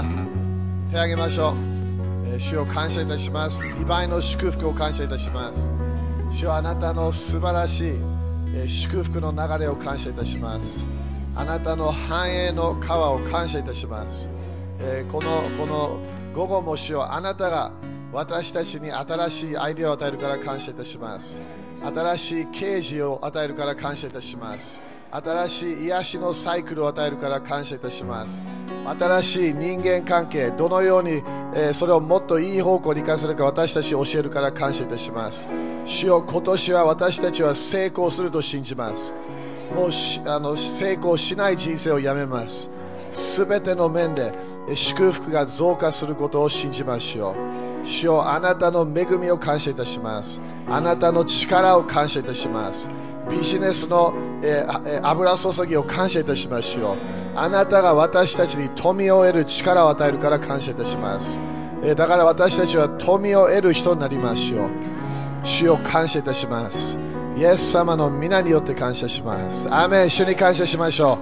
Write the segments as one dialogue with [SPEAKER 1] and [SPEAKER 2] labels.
[SPEAKER 1] 手を挙げましょう、えー主を感謝いたします2倍の祝福を感謝いたします主はあなたの素晴らしい、えー祝福の流れを感謝いたしますあなたの繁栄の川を感謝いたします、えーこのこの午後も主よあなたが私たちに新しいアイデアを与えるから感謝いたします新しい啓示を与えるから感謝いたします新しい癒しのサイクルを与えるから感謝いたします新しい人間関係どのように、えーそれをもっといい方向に生かせるか私たちに教えるから感謝いたします主よ今年は私たちは成功すると信じますもうしあの成功しない人生をやめますすべての面でえ祝福が増加することを信じましょう主よあなたの恵みを感謝いたしますあなたの力を感謝いたしますビジネスの、えーあえー油注ぎを感謝いたしましょうあなたが私たちに富を得る力を与えるから感謝いたしますえーだから私たちは富を得る人になりましょう主を感謝いたしますイエス様の皆によって感謝しますアーメン主に感謝しましょ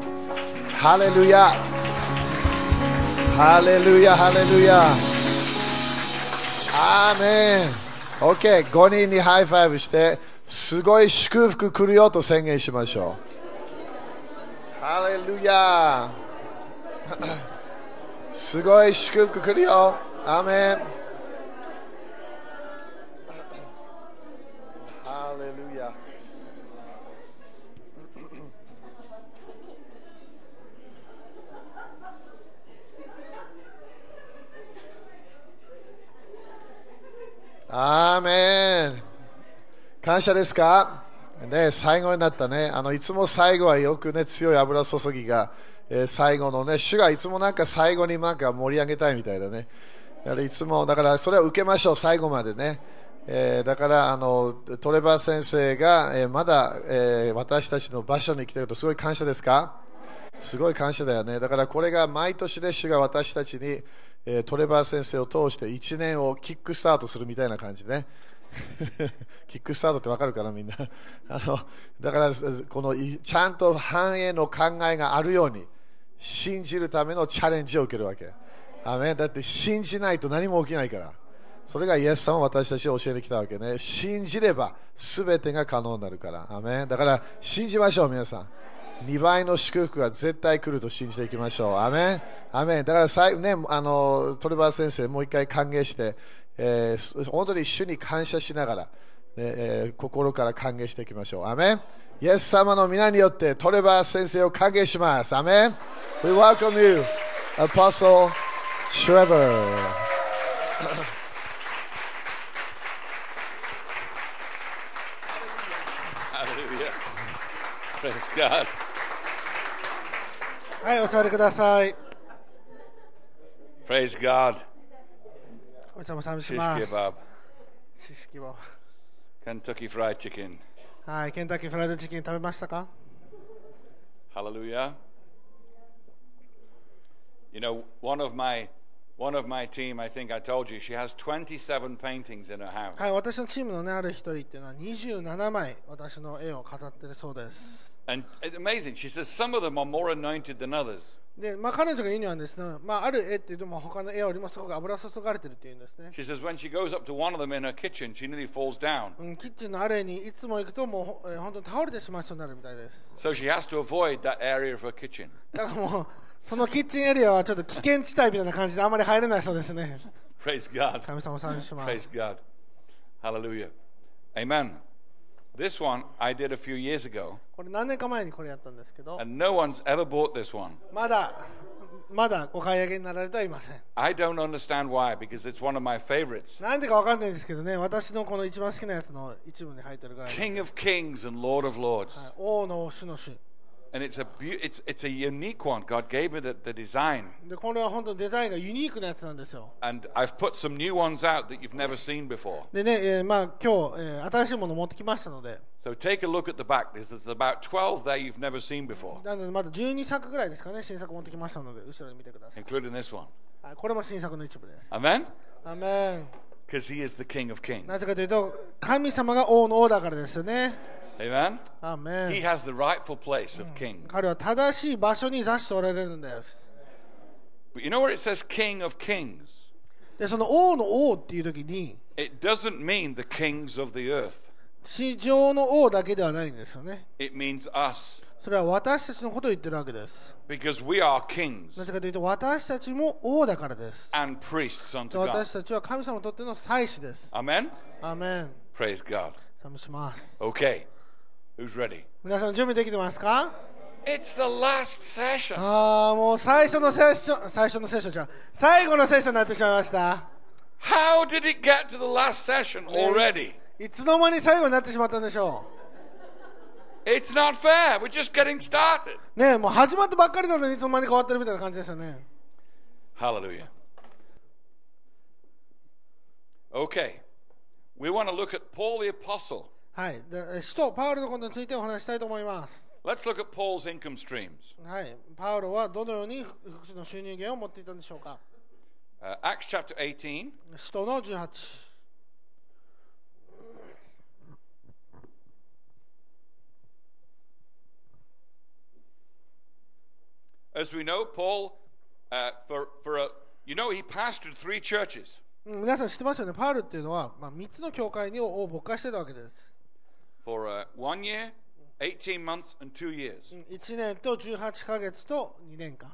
[SPEAKER 1] うハレルヤハレルヤハレルヤアーメン OK5 人にハイファイブしてすごい祝福来るよと宣言しましょうハレルヤ すごい祝福来るよアーメ ンハレルヤ。アーメン感謝ですか、ね、最後になったねあのいつも最後はよくね強い油注ぎが、えー最後のね主がいつもなんか最後になんか盛り上げたいみたいだねだからいつもだからそれは受けましょう最後までね、えーだからあのトレバー先生が、えーまだ、えー私たちの場所に来てるとすごい感謝ですかすごい感謝だよね。だからこれが毎年で主が私たちに、えートレバー先生を通して1年をキックスタートするみたいな感じね。 キックスタートってわかるかなみんなあのだからこのいちゃんと繁栄の考えがあるように信じるためのチャレンジを受けるわけアーメンだって信じないと何も起きないからそれがイエス様を私たちに教えに来たわけね信じれば全てが可能になるからアーメンだから信じましょう皆さん2倍の祝福が絶対来ると信じていきましょう。アーメンアーメンだから最後、ね、あのトレバー先生、もう一回歓迎して、えーす本当に主に感謝しながら、ねえー心から歓迎していきましょう。アーメンイエス様の皆によってトレバー先生を歓迎します。アーメン We welcome you, Apostle Trevor.
[SPEAKER 2] Hallelujah. Praise God.
[SPEAKER 3] はい、お座りください。
[SPEAKER 2] Praise God.
[SPEAKER 3] お邪魔さんし
[SPEAKER 2] Shish
[SPEAKER 3] ます。
[SPEAKER 2] kebab.
[SPEAKER 3] シシキバ
[SPEAKER 2] Kentucky Fried Chicken.
[SPEAKER 3] はい、ケンタッキーフライドチキン食べましたか
[SPEAKER 2] Hallelujah. You know, one of my one of my team, I think I told you, she has 27 paintings in her house.
[SPEAKER 3] はい、私のチームのね、ある一人っていうのは27枚私の絵を飾ってるそうです。
[SPEAKER 2] And it's amazing. She says some of them are more anointed than others.
[SPEAKER 3] で、まあ彼女が言うにはですね、まあある絵っていうのも他の絵よりもすごく油注がれてるっていうんですね。
[SPEAKER 2] She says when she goes up to one of them in her kitchen, she nearly falls down.
[SPEAKER 3] うん、キッチンのある絵にいつも行くともう、えー本当に倒れてしまいそうになるみたいです。
[SPEAKER 2] So she has to avoid that area of her kitchen.
[SPEAKER 3] だからもう、そのキッチンエリアはちょっと危険地帯みたいな感じであんまり入れないそうですね。
[SPEAKER 2] Praise God.
[SPEAKER 3] 神様賛美します。
[SPEAKER 2] Praise God. Hallelujah. Amen. This one I did a few years ago,
[SPEAKER 3] これ何年か前にこれやったんですけど、
[SPEAKER 2] and no one's ever bought this one.
[SPEAKER 3] まだ、まだお買い上げになられてはいません。
[SPEAKER 2] I don't understand why, because it's one of my favorites.
[SPEAKER 3] なんでかわかんないんですけどね、私のこの一番好きなやつの一部に入ってるぐらいです。
[SPEAKER 2] King of Kings and Lord of Lords.
[SPEAKER 3] はい王の主の主。
[SPEAKER 2] And it's a, beau it's, it's a unique one. God gave me the, the design.
[SPEAKER 3] で、これは本当にデザインがユニークなやつなんですよ。
[SPEAKER 2] And I've put some new ones out that you've never seen before.
[SPEAKER 3] でね、えーまあ今日、えー新しいもの持ってきましたので、
[SPEAKER 2] So take a look at the back. There's, there's about 12 there you've never seen before,
[SPEAKER 3] なのでまだ12作ぐらいですかね、新作持ってきましたので、後ろに見てください。
[SPEAKER 2] including this one.
[SPEAKER 3] はいこれも新作の一部です。
[SPEAKER 2] Amen?
[SPEAKER 3] アメン。
[SPEAKER 2] Because he is the King of Kings.
[SPEAKER 3] なぜかというと、神様が王の王だからですよね。
[SPEAKER 2] Amen?
[SPEAKER 3] アメン
[SPEAKER 2] He。has the rightful place of king.
[SPEAKER 3] 彼は正しい場所に座しておられるんです。
[SPEAKER 2] But you know where it says King of Kings?
[SPEAKER 3] でその王の王っていう時に
[SPEAKER 2] It doesn't mean the kings of the earth,
[SPEAKER 3] 地上の王だけではないんですよね
[SPEAKER 2] it means us
[SPEAKER 3] それは私たちのことを言ってるわけです
[SPEAKER 2] because we are kings
[SPEAKER 3] なぜかというと私たちも王だからです
[SPEAKER 2] and priests unto
[SPEAKER 3] で
[SPEAKER 2] God.
[SPEAKER 3] 私たちは神様にとっての祭司です
[SPEAKER 2] Amen?
[SPEAKER 3] アーメン
[SPEAKER 2] Praise God.
[SPEAKER 3] 賛美します
[SPEAKER 2] Okay. Who's ready?
[SPEAKER 3] 皆さん準備できてますか
[SPEAKER 2] It's the last session.
[SPEAKER 3] ああもう最初のセッション最初のセッションじゃん最後のセッションになってしまいました
[SPEAKER 2] How did it get to the last session already?
[SPEAKER 3] いつの間に最後になってしまったんでしょ
[SPEAKER 2] It's not fair. We're just getting started.
[SPEAKER 3] うねえもう始まったばっかりなのにいつの間に変わってるみたいな感じでしたね
[SPEAKER 2] Hallelujah. Okay. We want to look at Paul the Apostle.
[SPEAKER 3] はいでえ使徒パウロのことについてお話ししたいと思います
[SPEAKER 2] Let's look at Paul's income streams.
[SPEAKER 3] はいパウロはどのように複数の収入源を持っていたんでしょうか
[SPEAKER 2] Uh, Acts chapter 18.
[SPEAKER 3] 使徒の18
[SPEAKER 2] As we know, Paul, uh, for, for a, you know, he pastored three churches.
[SPEAKER 3] うん皆さん知ってますよねパウロっていうのは、まあ、3つの教会にをを勃開してたわけです
[SPEAKER 2] for uh, one year, 18 months, and two years.
[SPEAKER 3] うん1年と18ヶ月と2年間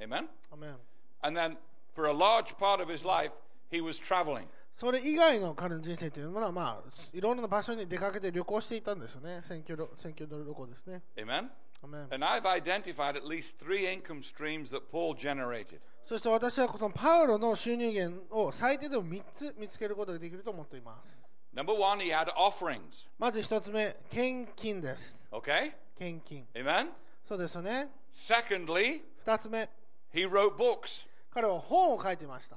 [SPEAKER 2] Amen?
[SPEAKER 3] アメン
[SPEAKER 2] And then for a large part of his life, he was traveling.
[SPEAKER 3] それ以外の彼の人生というものは、まあ、いろんな場所に出かけて旅行していたんですよね、選挙旅選挙旅行ですね。
[SPEAKER 2] Amen?
[SPEAKER 3] アメン
[SPEAKER 2] And I've identified at least three income streams that Paul generated.
[SPEAKER 3] そして私はこのパウロの収入源を最低でも3つ見つけることができると思っています。
[SPEAKER 2] Number one, he had offerings.
[SPEAKER 3] まず1つ目、献金です。
[SPEAKER 2] Okay?
[SPEAKER 3] 献金。
[SPEAKER 2] Amen?
[SPEAKER 3] そうですよね。
[SPEAKER 2] Secondly,
[SPEAKER 3] 2つ目、
[SPEAKER 2] he wrote books.
[SPEAKER 3] 彼は本を書いてました。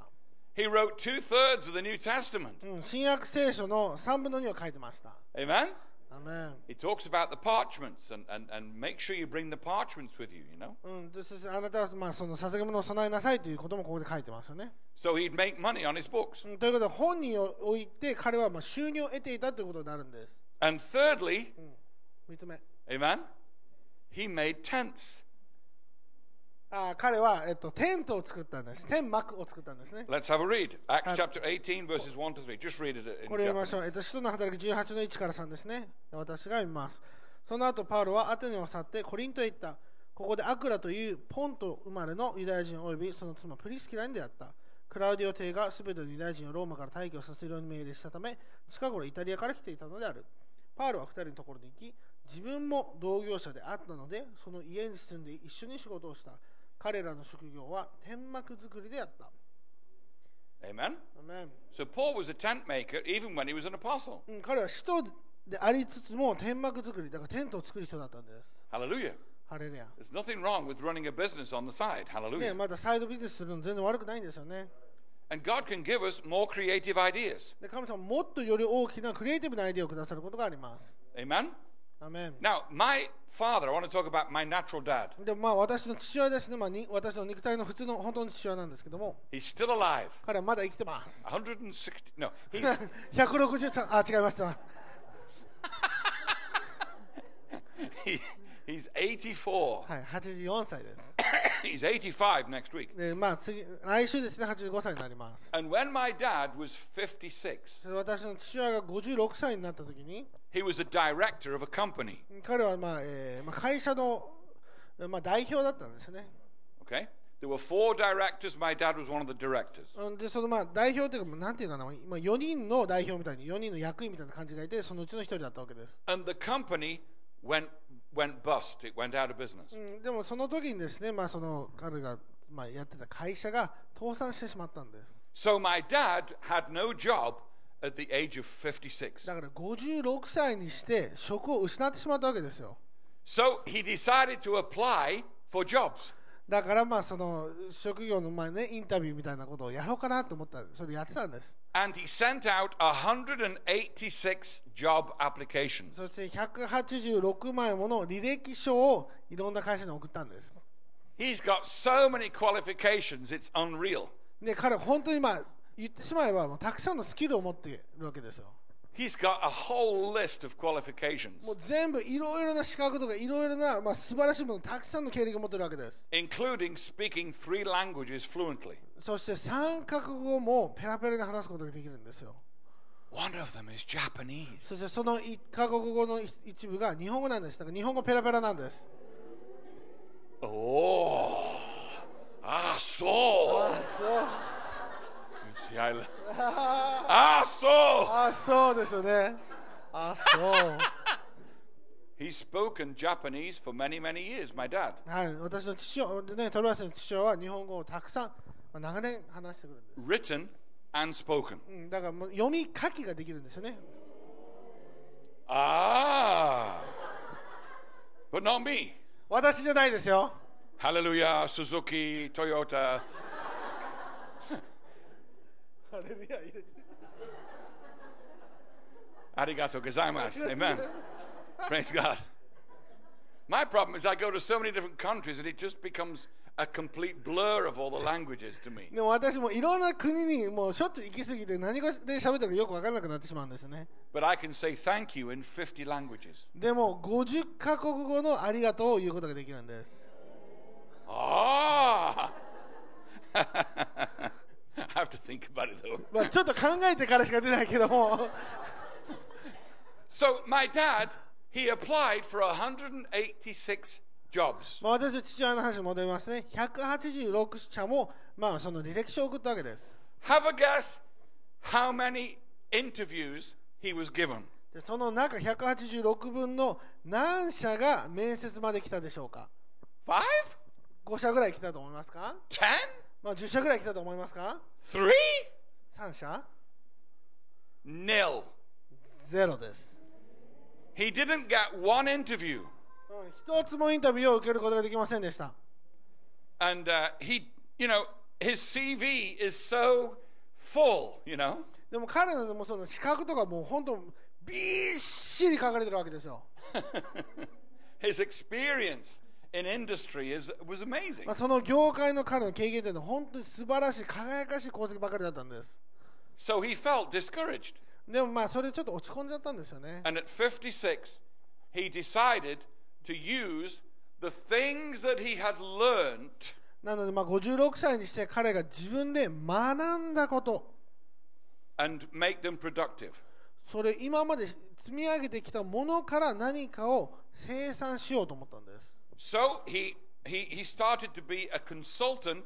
[SPEAKER 2] He wrote two thirds of the New Testament.
[SPEAKER 3] うん、新約聖書の3分の2を書いてました。
[SPEAKER 2] Amen?
[SPEAKER 3] アメン
[SPEAKER 2] He talks about the parchments and, and, and make sure you bring the parchments with you, you know?
[SPEAKER 3] うん、でそしてあなたは、まあ、その捧げ物を備えなさいということもここで書いてますよね。
[SPEAKER 2] So he'd make money on his books.
[SPEAKER 3] うんということで本人を置いて彼はまあ収入を得ていたということになるんです
[SPEAKER 2] And thirdly,
[SPEAKER 3] 3つ目
[SPEAKER 2] Amen. He made tents.
[SPEAKER 3] あー彼は、えっと、テントを作ったんです天幕を作ったんですね
[SPEAKER 2] Let's have a read. Acts
[SPEAKER 3] Um,
[SPEAKER 2] chapter 18, verses 1 to 3. Just read it. In
[SPEAKER 3] これを読みま
[SPEAKER 2] Japanese.
[SPEAKER 3] しょう、えっと、使徒の働き18の1から3ですね私が読みますその後パウロはアテネを去ってコリントへ行ったここでアクラというポント生まれのユダヤ人およびその妻プリスキラに出会ったクラウディオ帝が全てのユダヤ人をローマから退去させるように命令したため近頃イタリアから来ていたのであるパウロは2人のところに行き自分も同業者であったのでその家に住んで一緒に仕事をした彼らの職業は天幕作りであった、
[SPEAKER 2] Amen.
[SPEAKER 3] アメン
[SPEAKER 2] So Paul was a tent maker even when he was an apostle.
[SPEAKER 3] うん、彼は使徒でありつつも天幕作りだからテントを作る人だったんです
[SPEAKER 2] Hallelujah.
[SPEAKER 3] ハレルヤ、
[SPEAKER 2] There's nothing wrong with running a business on the side.
[SPEAKER 3] ね、
[SPEAKER 2] Hallelujah.
[SPEAKER 3] まだサイドビジネスするの全然悪くないんですよね
[SPEAKER 2] And God can give us more creative ideas.
[SPEAKER 3] で神様もっとより大きなクリエイティブなアイデアをくださることがあります
[SPEAKER 2] Amen.
[SPEAKER 3] アメン
[SPEAKER 2] Now, my father, I want to talk about my natural dad.
[SPEAKER 3] でまあ私の父親ですね、まあ、に私の肉体の普通の本当の父親なんですけども
[SPEAKER 2] He's still alive.
[SPEAKER 3] 彼はまだ生きてます
[SPEAKER 2] 160. No, he's,
[SPEAKER 3] 163あ違いました、
[SPEAKER 2] he, he's 84.
[SPEAKER 3] はい、84歳です
[SPEAKER 2] he's 85 next week.
[SPEAKER 3] でまあ次来週ですね85歳になります
[SPEAKER 2] And when my dad was 56,
[SPEAKER 3] で私の父親が56歳になった時に
[SPEAKER 2] he was a director of a company.
[SPEAKER 3] 彼は、まあえーまあ、会社の、まあ、代表だったんですね。
[SPEAKER 2] Okay? There were four directors. My dad was one of the directors.
[SPEAKER 3] うんでそのまあ代表というか、まあなんていうかな、まあ、4人の代表みたいに、4人の役員みたいな感じがいて、そのうちの1人だったわけです。
[SPEAKER 2] And the company went, went bust. It went out of business.
[SPEAKER 3] うん、でもその時にですね、まあ、その彼が、まあ、やってた会社が倒産してしまったんです。
[SPEAKER 2] So my dad had no job at the age of 56.
[SPEAKER 3] だから56歳にして職を失ってしまったわけですよ。
[SPEAKER 2] So he decided to apply for jobs.
[SPEAKER 3] だからまあその職業のまあ、ね、インタビューみたいなことをやろうかなと思ったんでそれやってたんです。
[SPEAKER 2] And he sent out 186 job applications.
[SPEAKER 3] そして186枚もの履歴書をいろんな会社に送ったんです。
[SPEAKER 2] He's got so many qualifications, it's unreal.
[SPEAKER 3] で彼は本当にまあ言ってしまえばもうたくさんのスキルを持っているわけですよ。
[SPEAKER 2] He's got a whole list of qualifications,
[SPEAKER 3] もう全部いろいろな資格とかいろいろな、まあ、素晴らしいものたくさんの経歴を持ってるわけです
[SPEAKER 2] including speaking three languages fluently.
[SPEAKER 3] そして三カ国語もペラペラに話すことができるんですよ
[SPEAKER 2] One of them is Japanese.
[SPEAKER 3] そしてその一カ国語の一部が日本語なんですだから日本語ペラペラなんです
[SPEAKER 2] Oh, ah, so.
[SPEAKER 3] そう
[SPEAKER 2] See, I l- ah, so.
[SPEAKER 3] あそうですよねあそう
[SPEAKER 2] He's spoken Japanese for many, many years, my dad.
[SPEAKER 3] はい私の父親ねトルワスの父親は日本語をたくさん、まあ、長年話してくるんです
[SPEAKER 2] Written and spoken.
[SPEAKER 3] うん、だからもう読み書きができるんですよね
[SPEAKER 2] Ah. But not me.
[SPEAKER 3] 私じゃないですよ
[SPEAKER 2] Hallelujah, Suzuki, Toyota.
[SPEAKER 3] ハレルヤ入れて
[SPEAKER 2] Arigato gozaimasu. Amen. Praise God. My problem is I go to so many different countries and it just becomes a complete blur of all the languages to me.
[SPEAKER 3] でも私もいろんな国にもうしょっちゅう行き過ぎて何語で喋ってるかよく分からなくなってしまうんですね
[SPEAKER 2] But I can say thank you in 50 languages.
[SPEAKER 3] でも50カ国語のありがとうを言うことができるんです
[SPEAKER 2] Ah. I have to think about it though.
[SPEAKER 3] まあちょっと考えてからしか出ないけども
[SPEAKER 2] So my dad, he applied for 186 jobs.
[SPEAKER 3] まあ私父親の話に戻りますね186社もまあその履歴書を送ったわけです
[SPEAKER 2] Have a guess how many interviews he was given.
[SPEAKER 3] でその中186分の何社が面接まで来たでしょうか
[SPEAKER 2] Five?
[SPEAKER 3] 5社ぐらい来たと思いますか
[SPEAKER 2] Ten?
[SPEAKER 3] まあ10社ぐらい来たと思いますか
[SPEAKER 2] Three?
[SPEAKER 3] 3社
[SPEAKER 2] Nil.
[SPEAKER 3] ゼロです、
[SPEAKER 2] He didn't get one interview.
[SPEAKER 3] うん、一つもインタビューを受けることができませんでした
[SPEAKER 2] And uh, he, you know, his CV is so full, you know.
[SPEAKER 3] でも彼のでもその資格とかもう本当びっしり書かれてるわけですよ、
[SPEAKER 2] his experience in industry is, was amazing.
[SPEAKER 3] まあ、その業界の彼の経験というのは本当に素晴らしい輝かしい功績ばかりだったんです
[SPEAKER 2] So he felt discouraged.
[SPEAKER 3] でもまあそれでちょっと落ち込んじゃったんですよね
[SPEAKER 2] And at 56, he decided to use the things that he had learned
[SPEAKER 3] なのでまあ56歳にして彼が自分で学んだこと
[SPEAKER 2] and make them productive.
[SPEAKER 3] それ今まで積み上げてきたものから何かを生産しようと思ったんです
[SPEAKER 2] So he, he, he started to be a consultant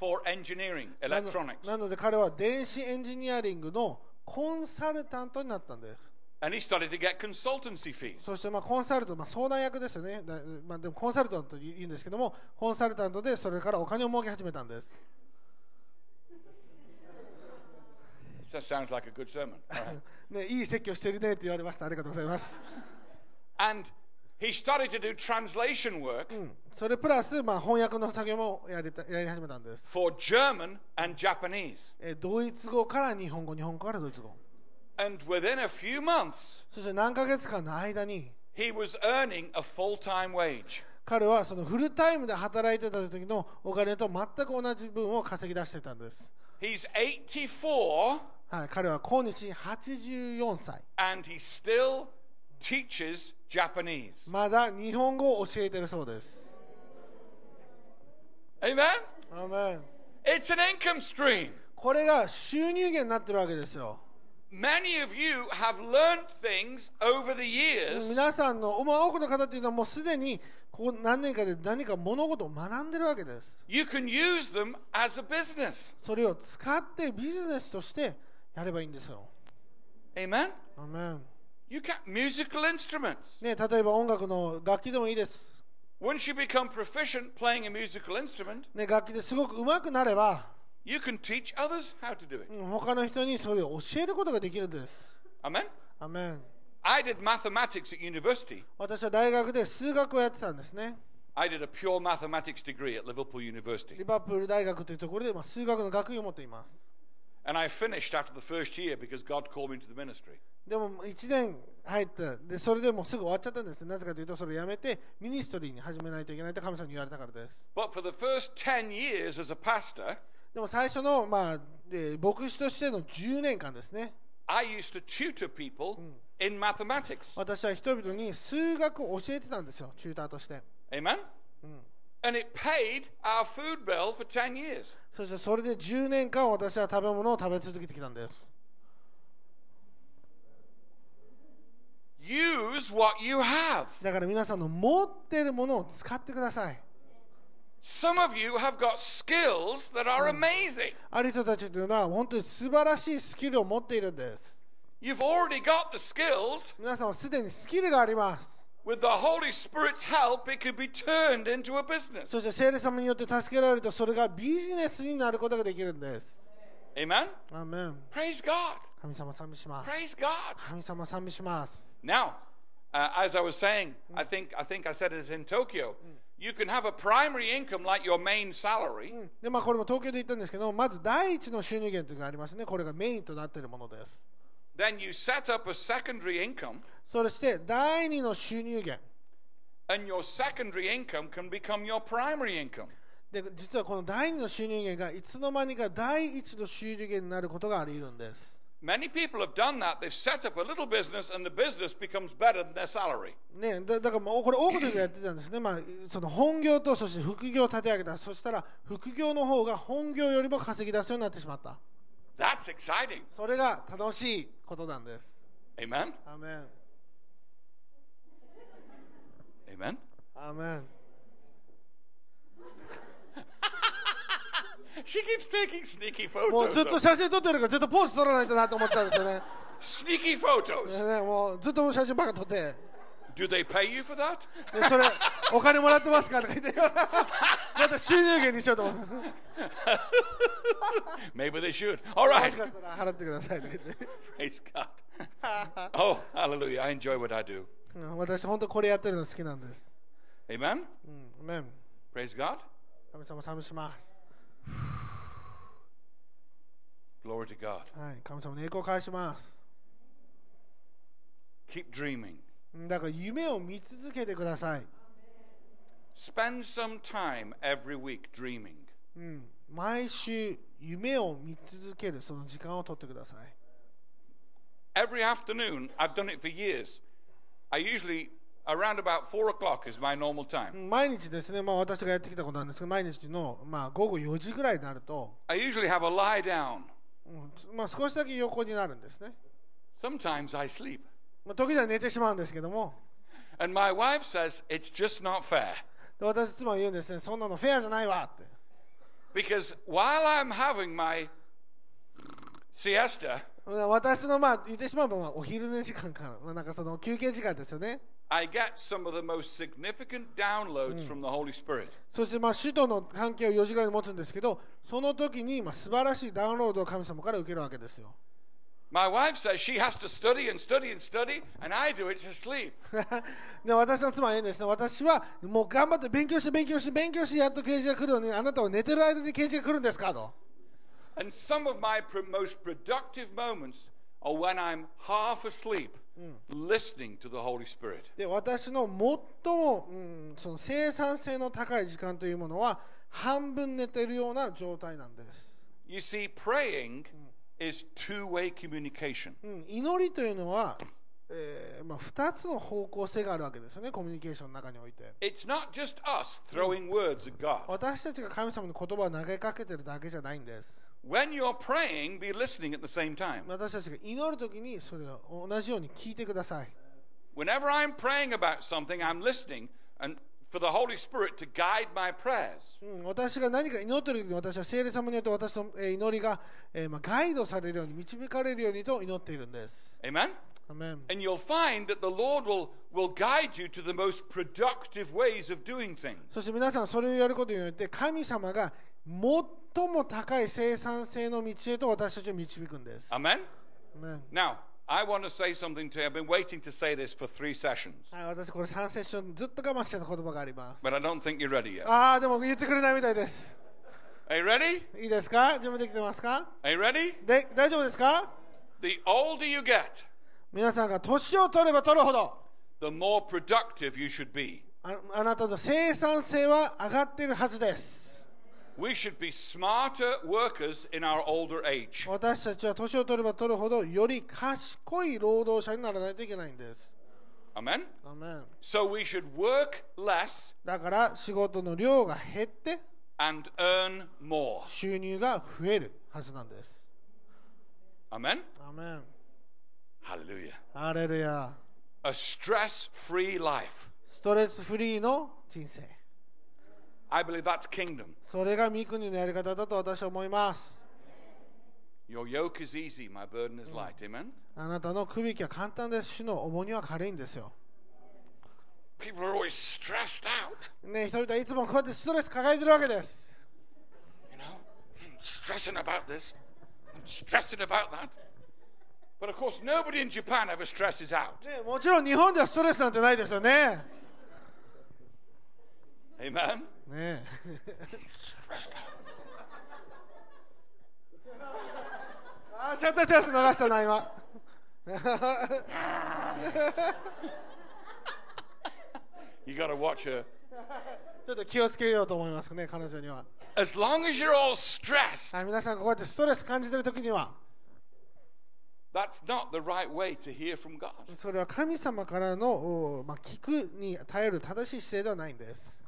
[SPEAKER 2] for engineering,
[SPEAKER 3] なの
[SPEAKER 2] electronics.
[SPEAKER 3] なので彼は電子エンジニアリングのコンサルタントになったんです
[SPEAKER 2] And he started to get consultancy fees.
[SPEAKER 3] そしてまあコンサルト、まあ、相談役ですよね、だまあ、でもコンサルタントと言うんですけども、コンサルタントでそれからお金を儲け始めたんです。
[SPEAKER 2] That sounds like a good sermon. All right.
[SPEAKER 3] ね、いい説教してるねって言われました、ありがとうございます。
[SPEAKER 2] and he started to do translation work
[SPEAKER 3] うんそれプラス、まあ、翻訳の作業もやりたやり始めたんです、
[SPEAKER 2] for German and Japanese.
[SPEAKER 3] えードイツ語から日本語、日本語からドイツ語。
[SPEAKER 2] And within a few months,
[SPEAKER 3] そして何ヶ月間の間に、
[SPEAKER 2] he was earning a full time wage.
[SPEAKER 3] 彼はそのフルタイムで働いてた時のお金と全く同じ分を稼ぎ出してたんです。
[SPEAKER 2] He's 84
[SPEAKER 3] はい、彼は今日84歳。
[SPEAKER 2] and he still teaches Japanese.
[SPEAKER 3] まだ日本語を教えてるそうです。
[SPEAKER 2] Amen?
[SPEAKER 3] アーメン
[SPEAKER 2] It's an income stream.
[SPEAKER 3] これが収入源になってるわけですよ
[SPEAKER 2] Many of you have learned things over the years
[SPEAKER 3] 皆さんの、まあ、多くの方っていうのはもうすでにここ何年かで何か物事を学んでるわけです
[SPEAKER 2] you can use them as a business.
[SPEAKER 3] それを使ってビジネスとしてやればいいんですよ
[SPEAKER 2] Amen?
[SPEAKER 3] アーメン
[SPEAKER 2] You can musical instruments.
[SPEAKER 3] ね例えば音楽の楽器でもいいです、
[SPEAKER 2] Once you become proficient playing a musical instrument,
[SPEAKER 3] ね、楽器ですごく上手くなれば、
[SPEAKER 2] you can teach others how to do it.
[SPEAKER 3] うん他の人にそれを教えることができるんです
[SPEAKER 2] Amen?
[SPEAKER 3] アーメン
[SPEAKER 2] I did mathematics at university.
[SPEAKER 3] 私は大学で数学をやってたんですね
[SPEAKER 2] I did a pure mathematics degree at Liverpool University.
[SPEAKER 3] リバプール大学というところで、まあ、数学の学位を持っています
[SPEAKER 2] And I finished after the first year because God called me into the ministry.
[SPEAKER 3] でも1年入ったでそれでもうすぐ終わっちゃったんですなぜかというとそれをやめてミニストリーに始めないといけないと神様に言われたからです
[SPEAKER 2] But for the first 10 years as a pastor,
[SPEAKER 3] でも最初の、まあえー牧師としての10年間ですね
[SPEAKER 2] I used to tutor people in mathematics.
[SPEAKER 3] 私は人々に数学を教えてたんですよチューターとして
[SPEAKER 2] Amen? And it paid our food bill for 10 years.
[SPEAKER 3] そしてそれで10年間私は食べ物を食べ続けてきたんです
[SPEAKER 2] Use what you have.
[SPEAKER 3] だから皆さんの持っているものを使ってください
[SPEAKER 2] Some of you have got skills that are amazing.
[SPEAKER 3] ある人たちというのは本当に素晴らしいスキルを持っているんです
[SPEAKER 2] You've already got the skills.
[SPEAKER 3] 皆さんはすでにスキルがあります
[SPEAKER 2] With the Holy Spirit's help, it could be turned into a business.
[SPEAKER 3] そして聖霊様によって助けられるとそれがビジネスになることができるんです
[SPEAKER 2] Amen?
[SPEAKER 3] アーメン
[SPEAKER 2] Praise God.
[SPEAKER 3] 神様賛美します
[SPEAKER 2] Praise God.
[SPEAKER 3] 神様賛美します
[SPEAKER 2] Now, uh, as I was saying, I think I think I said it in Tokyo. You can have a primary income like your main salary,
[SPEAKER 3] でまあ、これも東京で言ったんですけどまず第一の収入源というのがありますねこれがメインとなっているものです
[SPEAKER 2] then you set up a secondary income,
[SPEAKER 3] そして第二の収入源
[SPEAKER 2] and your secondary income can become your primary income.
[SPEAKER 3] で実はこの第二の収入源がいつの間にか第一の収入源になることがあり得るんです
[SPEAKER 2] Many people have done that. They've set up a little business, and the business becomes better than their salary.
[SPEAKER 3] ね、だだからもうこれ多くの人がやってたんですね、まあ、その本業とそして副業を立て上げたそしたら副業の方が本業よりも稼ぎ出すようになってしまった
[SPEAKER 2] That's exciting.
[SPEAKER 3] それが楽しいことなんです
[SPEAKER 2] Amen.
[SPEAKER 3] アーメン
[SPEAKER 2] Amen.
[SPEAKER 3] アーメン
[SPEAKER 2] She keeps taking sneaky
[SPEAKER 3] もう
[SPEAKER 2] photos.
[SPEAKER 3] ずっと
[SPEAKER 2] though.
[SPEAKER 3] 写真撮ってるからちょっとポーズ撮らないとなと思ってたんですよね
[SPEAKER 2] Sneaky photos.
[SPEAKER 3] ねもうずっと写真ばっか撮って
[SPEAKER 2] Do they pay you for that?
[SPEAKER 3] でそれお金もらってますかとか言って また収入源にしよう と思って
[SPEAKER 2] Maybe they should. All
[SPEAKER 3] も
[SPEAKER 2] right.
[SPEAKER 3] しかしたら払ってくださいとか言って
[SPEAKER 2] Praise God. oh, hallelujah. I enjoy what I do.
[SPEAKER 3] うん私本当これやってるの好きなんです、
[SPEAKER 2] Amen.
[SPEAKER 3] うん、アーメン
[SPEAKER 2] Praise God.
[SPEAKER 3] 神様賛美します
[SPEAKER 2] Glory to God.
[SPEAKER 3] はい、神様に栄光を返します。
[SPEAKER 2] Keep dreaming.
[SPEAKER 3] うんだから夢を見続けてください。
[SPEAKER 2] Spend some time every week dreaming.
[SPEAKER 3] うん、毎週夢を見続けるその時間を取ってください。
[SPEAKER 2] Every afternoon, I've done it for years. I usually, around about four o'clock is my normal
[SPEAKER 3] う
[SPEAKER 2] time.
[SPEAKER 3] ん毎日ですね、まあ、私がやってきたことなんですけど、毎日の、まあ、午後4時ぐらいになると、
[SPEAKER 2] I usually have a lie down.
[SPEAKER 3] うんまあ、少しだけ横になるんですね。
[SPEAKER 2] Sometimes I sleep.
[SPEAKER 3] まあ、時には寝てしまうんですけども、
[SPEAKER 2] And my wife says, it's just not fair.
[SPEAKER 3] で私妻は言うんですね、そんなのフェアじゃないわって。
[SPEAKER 2] Because while I'm having my siesta,
[SPEAKER 3] うん私のまあ言ってしまうのはお昼寝時間か、まあなんかその休憩時間ですよね。
[SPEAKER 2] I get some of the most significant downloads from the Holy Spirit.
[SPEAKER 3] そしてまあ主との関係を4時ぐらいに持つんですけど、その時にまあ素晴らしいダウンロードを神様から受けるわけですよ。
[SPEAKER 2] My wife says she has to study and study and study, and I do it to sleep.
[SPEAKER 3] で私の妻は言うんですね、私はもう頑張って勉強して勉強して勉強してやっと刑事が来るのに、あなたは寝てる間に刑事が来るんですかと。
[SPEAKER 2] And some of my pr- most productive moments are when I'm half asleep, listening to the Holy Spirit.
[SPEAKER 3] で私の最も、うん、その生産性の高い時間というものは、半分寝てるような状態なんです。
[SPEAKER 2] You see, praying is two way communication.
[SPEAKER 3] うん、祈りというのは、えーまあ、2つの方向性があるわけですよね、コミュニケーションの中において。
[SPEAKER 2] It's not just us throwing words at God.
[SPEAKER 3] 私たちが神様の言葉を投げかけてるだけじゃないんです
[SPEAKER 2] When you're praying, be listening at the same time.
[SPEAKER 3] 私たちが祈る時にそれを同じように聞いてください
[SPEAKER 2] Whenever I'm praying about something, I'm listening and for the Holy Spirit to guide my prayers.
[SPEAKER 3] うん、私が何か祈ってる時に私は聖霊様によって私のえー祈りが、えーまあ、ガイドされるように導かれるようにと祈っているんです
[SPEAKER 2] Amen?
[SPEAKER 3] アメン
[SPEAKER 2] And you'll find that the Lord will, will guide you to the most productive ways of doing things.
[SPEAKER 3] そして皆さんそれをやることによって神様が最も高い生産性の道へと私たちを導くんですア
[SPEAKER 2] Amen?
[SPEAKER 3] メン
[SPEAKER 2] Now, I want to say something to you. I've been waiting to say this for three sessions,
[SPEAKER 3] はい、私これ3セッションずっと我慢してた言葉があります
[SPEAKER 2] but I don't think you're ready yet.
[SPEAKER 3] ああでも言ってくれないみたいです
[SPEAKER 2] Are you ready?
[SPEAKER 3] いいですか準備できてますか
[SPEAKER 2] Are you ready?
[SPEAKER 3] で大丈夫ですか
[SPEAKER 2] The older you get,
[SPEAKER 3] 皆さんが年を取れば取るほど
[SPEAKER 2] the more productive you should be.
[SPEAKER 3] ああなたの生産性は上がっているはずです
[SPEAKER 2] We should be smarter workers in our older age.
[SPEAKER 3] 私たちは年を取れば取るほどより賢い労働者にならないといけないんです
[SPEAKER 2] Amen?
[SPEAKER 3] アメン
[SPEAKER 2] So we should work less
[SPEAKER 3] だから仕事の量が減って
[SPEAKER 2] and earn more.
[SPEAKER 3] 収入が増えるはずなんです
[SPEAKER 2] Amen?
[SPEAKER 3] アメン
[SPEAKER 2] Hallelujah.
[SPEAKER 3] アレルヤ
[SPEAKER 2] A stress free life.
[SPEAKER 3] ストレスフリーの人生
[SPEAKER 2] I believe that's kingdom.
[SPEAKER 3] それが三国のやり方だと私は思います
[SPEAKER 2] Your yoke is easy, my burden is light. Amen?
[SPEAKER 3] あなたの区引きは簡単です主の重荷は軽いんですよ
[SPEAKER 2] People are always stressed out.
[SPEAKER 3] ね人々はいつもこうやってストレス抱えてるわけです
[SPEAKER 2] You know, I'm stressing about this. I'm stressing about that. But of course, nobody in Japan ever stresses out.
[SPEAKER 3] ねもちろん日本ではストレスなんてないですよね
[SPEAKER 2] Amen?
[SPEAKER 3] ね
[SPEAKER 2] Stressed out.
[SPEAKER 3] あーシャッターチャンス流したな今
[SPEAKER 2] You got to watch her.
[SPEAKER 3] ちょっと気をつけようと思いますね彼女には
[SPEAKER 2] As long as you're all stressed,
[SPEAKER 3] はい皆さんこうやってストレス感じてる時には
[SPEAKER 2] that's not the right way to hear from God.
[SPEAKER 3] それは神様からの、おまあ、聞くに耐える正しい姿勢ではないんです、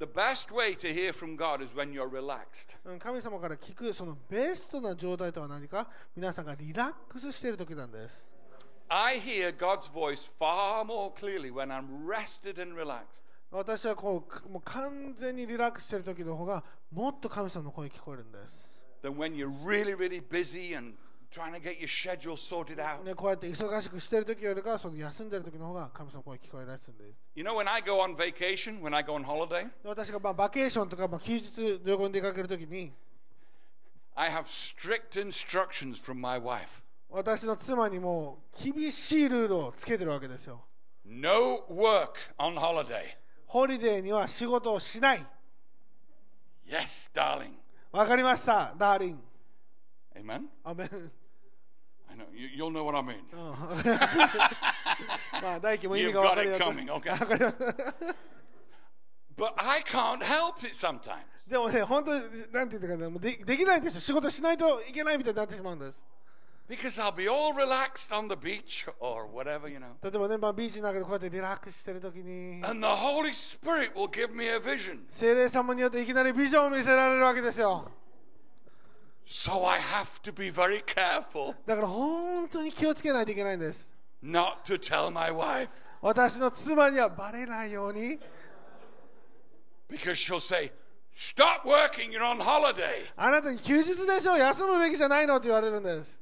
[SPEAKER 2] The best way to hear from God is when you're relaxed.
[SPEAKER 3] うん神様から聞くそのベストな状態とは何か皆さんがリラックスしている時なんです
[SPEAKER 2] I hear God's voice far more clearly when I'm rested and relaxed.
[SPEAKER 3] 私はこうくもう完全にリラックスしている時の方がもっと神様の声聞こえるんです、
[SPEAKER 2] than when you're really, really busy and trying to get your schedule sorted out.
[SPEAKER 3] ね、こうやって忙しくしている時よりかはその休んでいる時の方が神様の声聞こえるやつんです
[SPEAKER 2] You know, when I go on vacation, when I go on holiday,
[SPEAKER 3] で私がまあバケーションとかまあ休日旅行に出かける時に
[SPEAKER 2] I have strict instructions from my wife
[SPEAKER 3] 私の妻にもう厳しいルールをつけてるわけですよ
[SPEAKER 2] no work on holiday.
[SPEAKER 3] ホリデーには仕事をしない
[SPEAKER 2] Yes, darling.
[SPEAKER 3] わかりましたダーリン
[SPEAKER 2] Amen.
[SPEAKER 3] アメン
[SPEAKER 2] I know you, you'll know what I mean.
[SPEAKER 3] うんわかりましたまあ大輝も意味が分かるや
[SPEAKER 2] You've
[SPEAKER 3] つ
[SPEAKER 2] got it coming, okay.
[SPEAKER 3] わかりました
[SPEAKER 2] But I can't help it sometimes.
[SPEAKER 3] でもね、本当に、なんていうかね、もうでできないんですよ。仕事しないといけないみたいになってしまうんです。
[SPEAKER 2] Because I'll be all relaxed on the beach or whatever, you know.
[SPEAKER 3] 例えばね、まあ、ビーチの中でこうやってリラックスしてるときに、
[SPEAKER 2] And the Holy Spirit will give me a vision.
[SPEAKER 3] 精霊様によっていきなりビジョンを見せられるわけですよ。
[SPEAKER 2] So I have to be very careful
[SPEAKER 3] だから本当に気をつけないといけないんです。
[SPEAKER 2] not to tell my wife.
[SPEAKER 3] 私の妻にはバレないように、
[SPEAKER 2] Because she'll say, Stop working, you're on holiday.
[SPEAKER 3] あなたに休日でしょ、休むべきじゃないのって言われるんです。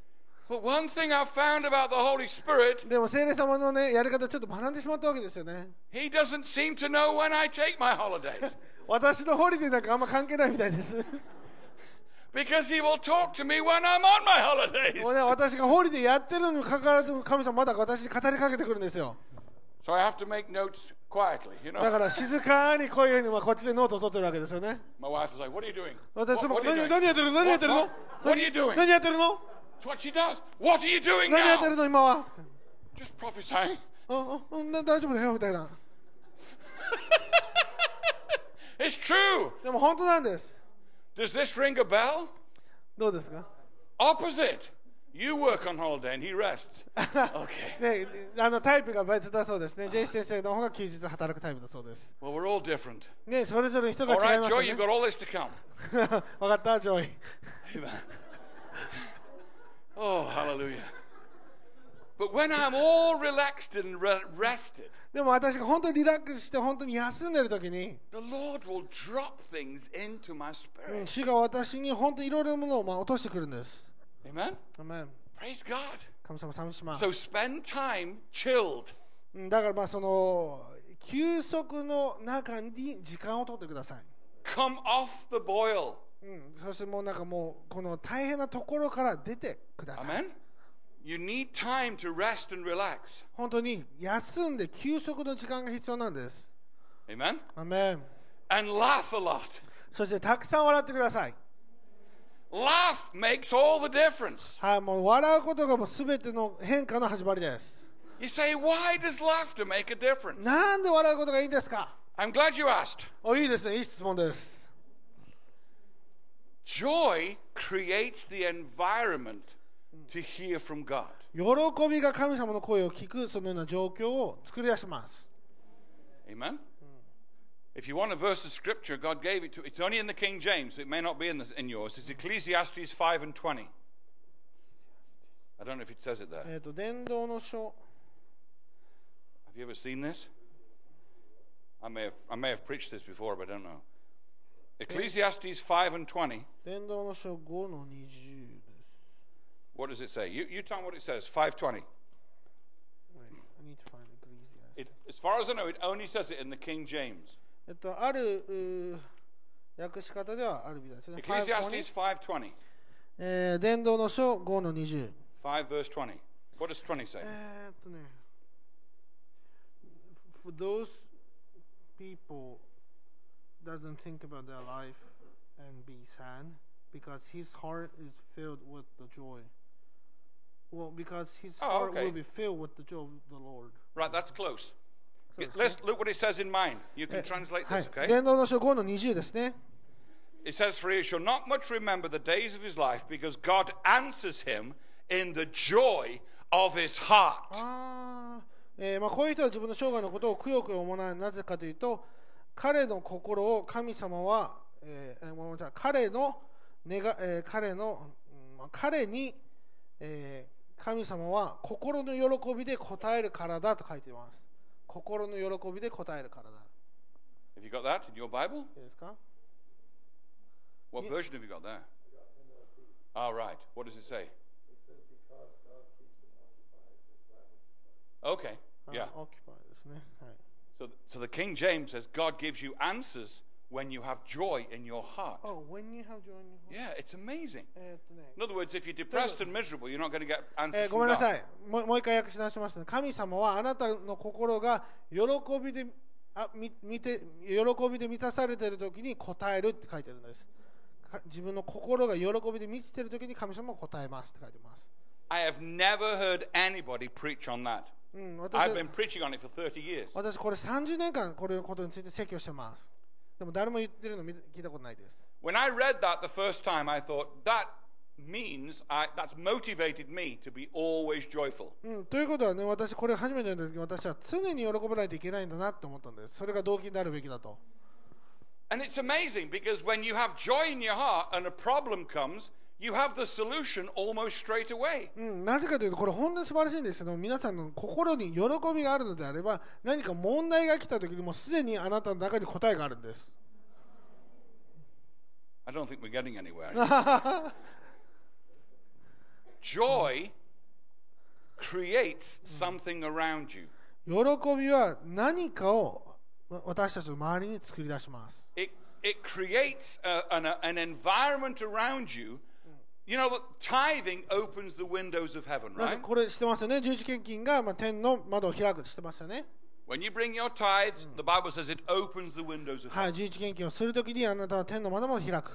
[SPEAKER 2] But one thing I've found about the Holy Spirit,
[SPEAKER 3] でも精霊様のね、やり方ちょっと学んでしまったわけですよね。
[SPEAKER 2] He doesn't seem to know when I take my holidays.
[SPEAKER 3] 私のホリデーなんかあんま関係ないみたい です。
[SPEAKER 2] because He will talk to me when I'm on my holidays.
[SPEAKER 3] もうね、私がホリデーやってるのにもかかわらず、神様まだ私に語りかけてくるんですよ。
[SPEAKER 2] So I have to make notes quietly, you
[SPEAKER 3] だか
[SPEAKER 2] know.
[SPEAKER 3] ら静かにこういうふうにまあこっちでノートを取ってるわけですよね。
[SPEAKER 2] My wife is like, What are you doing?
[SPEAKER 3] 私
[SPEAKER 2] What-
[SPEAKER 3] も
[SPEAKER 2] what are
[SPEAKER 3] 何
[SPEAKER 2] you
[SPEAKER 3] 何やってる
[SPEAKER 2] doing?
[SPEAKER 3] 何やってるの
[SPEAKER 2] What- what- what are you
[SPEAKER 3] 何
[SPEAKER 2] doing?
[SPEAKER 3] 何やってるの
[SPEAKER 2] That's what she does. What are you doing
[SPEAKER 3] 何やってる
[SPEAKER 2] now?
[SPEAKER 3] の今は
[SPEAKER 2] Just prophesying.
[SPEAKER 3] うんうんうんな大丈夫だよみたいな。
[SPEAKER 2] It's true.
[SPEAKER 3] でも本当なんです。
[SPEAKER 2] Does this ring a bell?
[SPEAKER 3] どうですか
[SPEAKER 2] Opposite. You work on holiday and he rests. Okay.
[SPEAKER 3] ねあのタイプが別だそうですね。ジェイシ先生の方が休日働くタイプだそうです。
[SPEAKER 2] Well, we're all different.
[SPEAKER 3] ねそれぞれの人が
[SPEAKER 2] All
[SPEAKER 3] 違い
[SPEAKER 2] right,
[SPEAKER 3] ます
[SPEAKER 2] Joy,
[SPEAKER 3] よ
[SPEAKER 2] you've
[SPEAKER 3] ね。
[SPEAKER 2] got all this to come.
[SPEAKER 3] わかった、ジョイ。
[SPEAKER 2] Amen. oh, hallelujah. But when I'm all relaxed and re- rested,
[SPEAKER 3] でも私が本当にリラックスして本当に休んでる時に、
[SPEAKER 2] the Lord will drop things into my spirit.
[SPEAKER 3] 主が私に本当にいろいろなものをまあ落としてくるんです。
[SPEAKER 2] Amen.
[SPEAKER 3] アメン
[SPEAKER 2] Praise God.
[SPEAKER 3] 神様、寂します。
[SPEAKER 2] So spend time chilled.
[SPEAKER 3] うんだからまあその休息の中に時間を取ってください、
[SPEAKER 2] Come off the boil.
[SPEAKER 3] うん、そしてもうなんかもうこの大変なところから出てください
[SPEAKER 2] Amen. You need time to rest and relax.
[SPEAKER 3] 本当に休んで休息の時間が必要なんです
[SPEAKER 2] Amen.
[SPEAKER 3] アメン
[SPEAKER 2] And laugh a lot.
[SPEAKER 3] そしてたくさん笑ってください
[SPEAKER 2] Laugh makes all the difference.
[SPEAKER 3] はいもう笑うことがもう全ての変化の始まりです
[SPEAKER 2] You say, why does laughter make a difference?
[SPEAKER 3] なんで笑うことがいいんですか
[SPEAKER 2] I'm glad you asked.
[SPEAKER 3] おいいですねいい質問です
[SPEAKER 2] Joy creates the environment to hear from God.
[SPEAKER 3] 喜びが神様の声を聞くそのような状況を作り出します。
[SPEAKER 2] Amen? If you want a verse of scripture, God gave it to It's only in the King James, so it may not be in, this, in yours. It's Ecclesiastes 5 and 20. I don't know if it says it there.
[SPEAKER 3] えっ、と、伝道の書、
[SPEAKER 2] Have you ever seen this? I may have, I may have preached this before, but I don't know. Ecclesiastes 5 and 20.
[SPEAKER 3] 伝道の書5の20です。
[SPEAKER 2] What does it say? You, you tell me what it says. 520.
[SPEAKER 3] Wait, I need to find Ecclesiastes.
[SPEAKER 2] It, as far as I know, it only says it in the King James.
[SPEAKER 3] えっと、あるうー訳し方ではあるみたいですね。
[SPEAKER 2] Ecclesiastes 520.
[SPEAKER 3] えー、伝道の書5の20。
[SPEAKER 2] 5 verse 20. What does 20 say?
[SPEAKER 3] えーっとね。For those people doesn't think about their life and be sad because his heart is filled with the joy. Well, because his
[SPEAKER 2] Oh,
[SPEAKER 3] heart
[SPEAKER 2] okay.
[SPEAKER 3] will be filled with the joy of the Lord.
[SPEAKER 2] Right, that's close.
[SPEAKER 3] So it's
[SPEAKER 2] Let's look what it says in mine. You can
[SPEAKER 3] え
[SPEAKER 2] translate
[SPEAKER 3] は
[SPEAKER 2] this,
[SPEAKER 3] い、
[SPEAKER 2] okay?
[SPEAKER 3] 伝道の書5の20ですね。
[SPEAKER 2] It says, For he shall not much remember the days of his life because God answers him in the joy of his heart.
[SPEAKER 3] Uh. あーえーまあ、こういう人は自分の生涯のことをくよくよ思わないなぜかというと彼の心を神様は、えーえーごめんなさい彼の願、えー彼の、うんまあ彼に、えー神様は心の喜びで答えるからだと書いています心の喜びで答えるからだ
[SPEAKER 2] Have you got that in your Bible?
[SPEAKER 3] いいですか
[SPEAKER 2] What version have you got there? All right. What does it say? Okay.
[SPEAKER 3] あ
[SPEAKER 2] Yeah.
[SPEAKER 3] オキュパイですね、はい
[SPEAKER 2] So, th- so the King James says God gives you answers when you have joy in your heart.
[SPEAKER 3] Oh, when you have joined your-
[SPEAKER 2] Yeah, it's amazing.
[SPEAKER 3] えーっとね
[SPEAKER 2] In other words, if you're depressed and miserable, you're not going to get
[SPEAKER 3] え
[SPEAKER 2] answers
[SPEAKER 3] ーご
[SPEAKER 2] from
[SPEAKER 3] めんな
[SPEAKER 2] God.
[SPEAKER 3] さいもう、もう一回訳し直しますね。神様はあなたの心が喜びであみ見て喜びで満たされているときに答えるって書いてあるんです。か自分の心が喜びで満ちているときに神様は答えますって書いてます。
[SPEAKER 2] I have never heard anybody preach on that.
[SPEAKER 3] うん、私
[SPEAKER 2] I've been preaching on it for 30 years.
[SPEAKER 3] 私これ30年間これのことについて説教してます。でも誰も言ってるの見聞いたことないです。
[SPEAKER 2] When I read that the first time, I thought that means I, that's motivated me to be always joyful.
[SPEAKER 3] うん、ということはね、私これ初めての時私は常に喜ばないといけないんだなって思ったんです。それが動機になるべきだと。
[SPEAKER 2] And it's amazing because when you have joy in your heart and a problem comes, you have the solution almost straight away.
[SPEAKER 3] うん、なぜかというと、これ本当に素晴らしいんですけど、皆さんの心に喜びがあるのであれば、何か問題が来た時にもうすでにあなたの中に答えがあるんです。
[SPEAKER 2] I don't think we're getting anywhere. joy creates something around you.
[SPEAKER 3] 喜びは何かをわ私たちの周りに作り出します。
[SPEAKER 2] It, it creates a, an, a- an environment around you. You know, look, tithing opens the windows of heaven,
[SPEAKER 3] 皆さ
[SPEAKER 2] right?
[SPEAKER 3] んこれ知ってますよね十字献金が、まあ、天の窓を開く知ってますよね。
[SPEAKER 2] When you bring your tithes, the Bible says it opens the windows of
[SPEAKER 3] は
[SPEAKER 2] heaven.
[SPEAKER 3] い、十字献金をするときにあなたは天の窓も開く。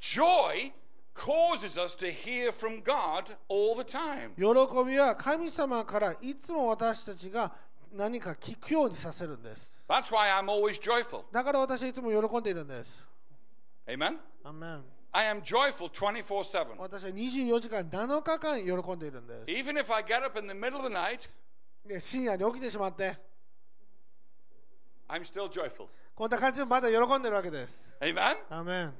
[SPEAKER 2] Joy causes us to hear from God all the time.
[SPEAKER 3] 喜びは神様からいつも私たちが何か聞くようにさせるんです。
[SPEAKER 2] That's why I'm always joyful.
[SPEAKER 3] だから私はいつも喜んでいるんです。
[SPEAKER 2] Amen?
[SPEAKER 3] アーメン
[SPEAKER 2] I am joyful 24 7.
[SPEAKER 3] 私は24時間7日間喜んでいるんです
[SPEAKER 2] Even if I get up in the middle of the night,
[SPEAKER 3] で深夜に起きてしまって
[SPEAKER 2] I'm still joyful.
[SPEAKER 3] こんな感じでまだ喜んでるわけです
[SPEAKER 2] Amen?
[SPEAKER 3] アーメン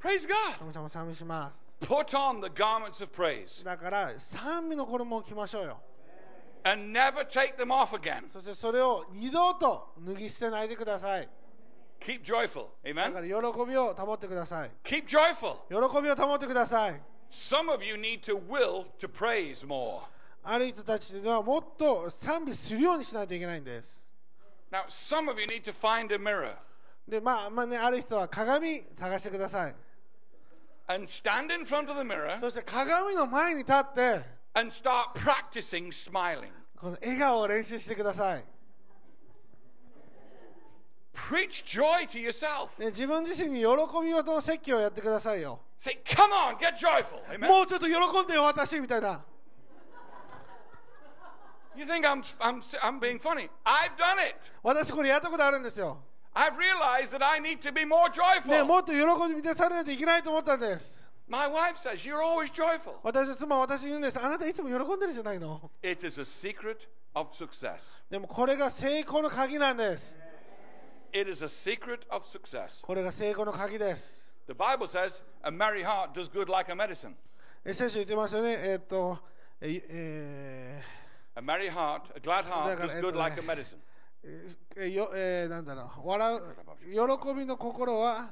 [SPEAKER 2] Praise God.
[SPEAKER 3] 神様賛美しま
[SPEAKER 2] Put on the garments of praise
[SPEAKER 3] すだから賛美の衣を着ましょうよ
[SPEAKER 2] and never take them off again.
[SPEAKER 3] そしてそれを二度と脱ぎ捨てないでください
[SPEAKER 2] Keep joyful.
[SPEAKER 3] だか
[SPEAKER 2] Amen?
[SPEAKER 3] ら喜びを保ってください
[SPEAKER 2] Keep joyful.
[SPEAKER 3] 喜びを保ってください
[SPEAKER 2] Some of you need to will to praise more.
[SPEAKER 3] ある人たちにはもっと賛美するようにしないといけないんです
[SPEAKER 2] Now, some of you need to find a mirror
[SPEAKER 3] でまあまあねある人は鏡探してください
[SPEAKER 2] and stand in front of the mirror
[SPEAKER 3] そして鏡の前に立って
[SPEAKER 2] and start practicing smiling.
[SPEAKER 3] この笑顔を練習してください
[SPEAKER 2] Preach joy to yourself.
[SPEAKER 3] ね、自分自身に喜びをと説教をやってくださいよ。
[SPEAKER 2] Say, come on, get joyful. Amen?
[SPEAKER 3] もうちょっと喜んでよ、私みたいな。
[SPEAKER 2] You think I'm, I'm, I'm being funny? I've done it.
[SPEAKER 3] 私これやったことあるんですよ。
[SPEAKER 2] I've realized that I need to be more joyful.
[SPEAKER 3] ね、もっと喜びに満たされないといけないと思ったんです
[SPEAKER 2] My wife says, You're always joyful.
[SPEAKER 3] 私の妻は私に言うんですあなたいつも喜んでるじゃないの
[SPEAKER 2] It is a secret of success.
[SPEAKER 3] でもこれが成功の鍵なんです
[SPEAKER 2] It is a secret of success.
[SPEAKER 3] これが成功の鍵です
[SPEAKER 2] The Bible says, A merry heart does good like a medicine.
[SPEAKER 3] え先週言ってましたよねえーっとええ
[SPEAKER 2] A merry heart, a glad heart does good like a medicine.
[SPEAKER 3] ーえーよえーなんだろう笑う喜びの心は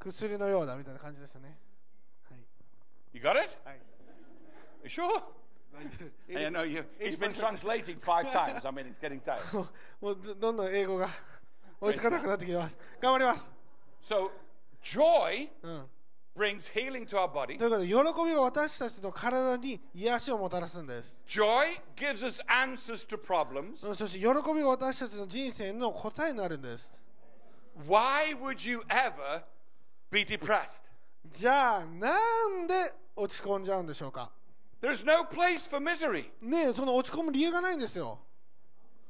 [SPEAKER 3] 薬のようだみたいな感じですよね
[SPEAKER 2] You got it?
[SPEAKER 3] はい、
[SPEAKER 2] You sure?
[SPEAKER 3] はい
[SPEAKER 2] I know you. He's been translating five times. I mean, it's getting tired.
[SPEAKER 3] もうもうどどんどん英語が追いつかなくなってきてます頑張ります、
[SPEAKER 2] So, joy
[SPEAKER 3] うん、
[SPEAKER 2] brings healing to our body.
[SPEAKER 3] ということで喜びは私たちの体に癒しをもたらすんです
[SPEAKER 2] Joy gives us answers to problems.
[SPEAKER 3] うんそして喜びは私たちの人生の答えになるんです
[SPEAKER 2] Why would you ever be depressed?
[SPEAKER 3] じゃあなんで落ち込んじゃうんでしょうか
[SPEAKER 2] There's no place for misery.
[SPEAKER 3] ねえその落ち込む理由がないんですよ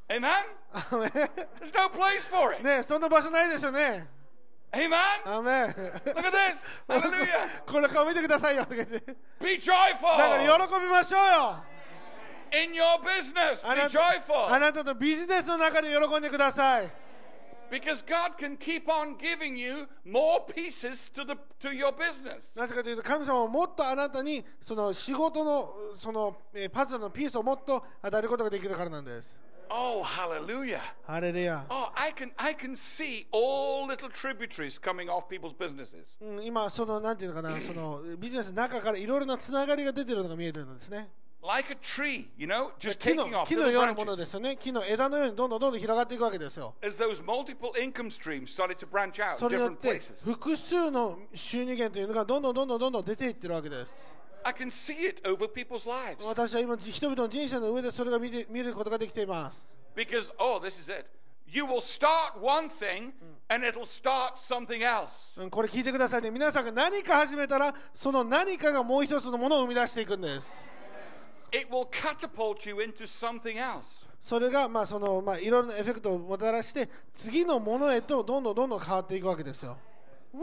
[SPEAKER 2] Amen?
[SPEAKER 3] あのね
[SPEAKER 2] There's no place for it.
[SPEAKER 3] ねえそんな場所ないですよね
[SPEAKER 2] Amen?
[SPEAKER 3] アーメン
[SPEAKER 2] Look at this. Hallelujah.
[SPEAKER 3] この顔見てくださいよとか言ってだ
[SPEAKER 2] Be
[SPEAKER 3] から
[SPEAKER 2] joyful.
[SPEAKER 3] 喜びましょうよ
[SPEAKER 2] In your business,
[SPEAKER 3] あな
[SPEAKER 2] be
[SPEAKER 3] たあ
[SPEAKER 2] joyful.
[SPEAKER 3] なたのビジネスの中で喜んでください
[SPEAKER 2] Because God can keep on giving you more pieces to, the, to your business.
[SPEAKER 3] なぜかというと神様はもっとあなたにその仕事のそのえーパズルのピースをもっと与えることができるからなんです
[SPEAKER 2] Oh, hallelujah.
[SPEAKER 3] ハレルヤ
[SPEAKER 2] Oh, I can, I can see all little tributaries coming off people's businesses.
[SPEAKER 3] うん今そのなんていうのかなそのビジネスの中からいろいろなつながりが出てるのが見えてるんですね
[SPEAKER 2] Like a tree, you know, just
[SPEAKER 3] 木
[SPEAKER 2] taking
[SPEAKER 3] の
[SPEAKER 2] off
[SPEAKER 3] 木の
[SPEAKER 2] little
[SPEAKER 3] ようなもの
[SPEAKER 2] branches.
[SPEAKER 3] ですよね木の枝のようにどんどんどんどん広がっていくわけですよ
[SPEAKER 2] as those multiple income streams started to branch out
[SPEAKER 3] そ
[SPEAKER 2] in
[SPEAKER 3] れによっ
[SPEAKER 2] different
[SPEAKER 3] て
[SPEAKER 2] places.
[SPEAKER 3] 複数の収入源というのがどんどんどんどんどんどん出ていってるわけです
[SPEAKER 2] I can see it over people's lives
[SPEAKER 3] 私は今じ人々の人生の上でそれが見て見ることができています
[SPEAKER 2] because oh, this is it. You will start one thing and it'll start something else.
[SPEAKER 3] うんこれ聞いてくださいね皆さんが何か始めたらその何かがもう一つのものを生み出していくんです
[SPEAKER 2] It will catapult you into something else.
[SPEAKER 3] それがまあそのまあいろいろなエフェクトをもたらして次のものへとどんどんどんどん変わっていくわけですよ
[SPEAKER 2] Woo!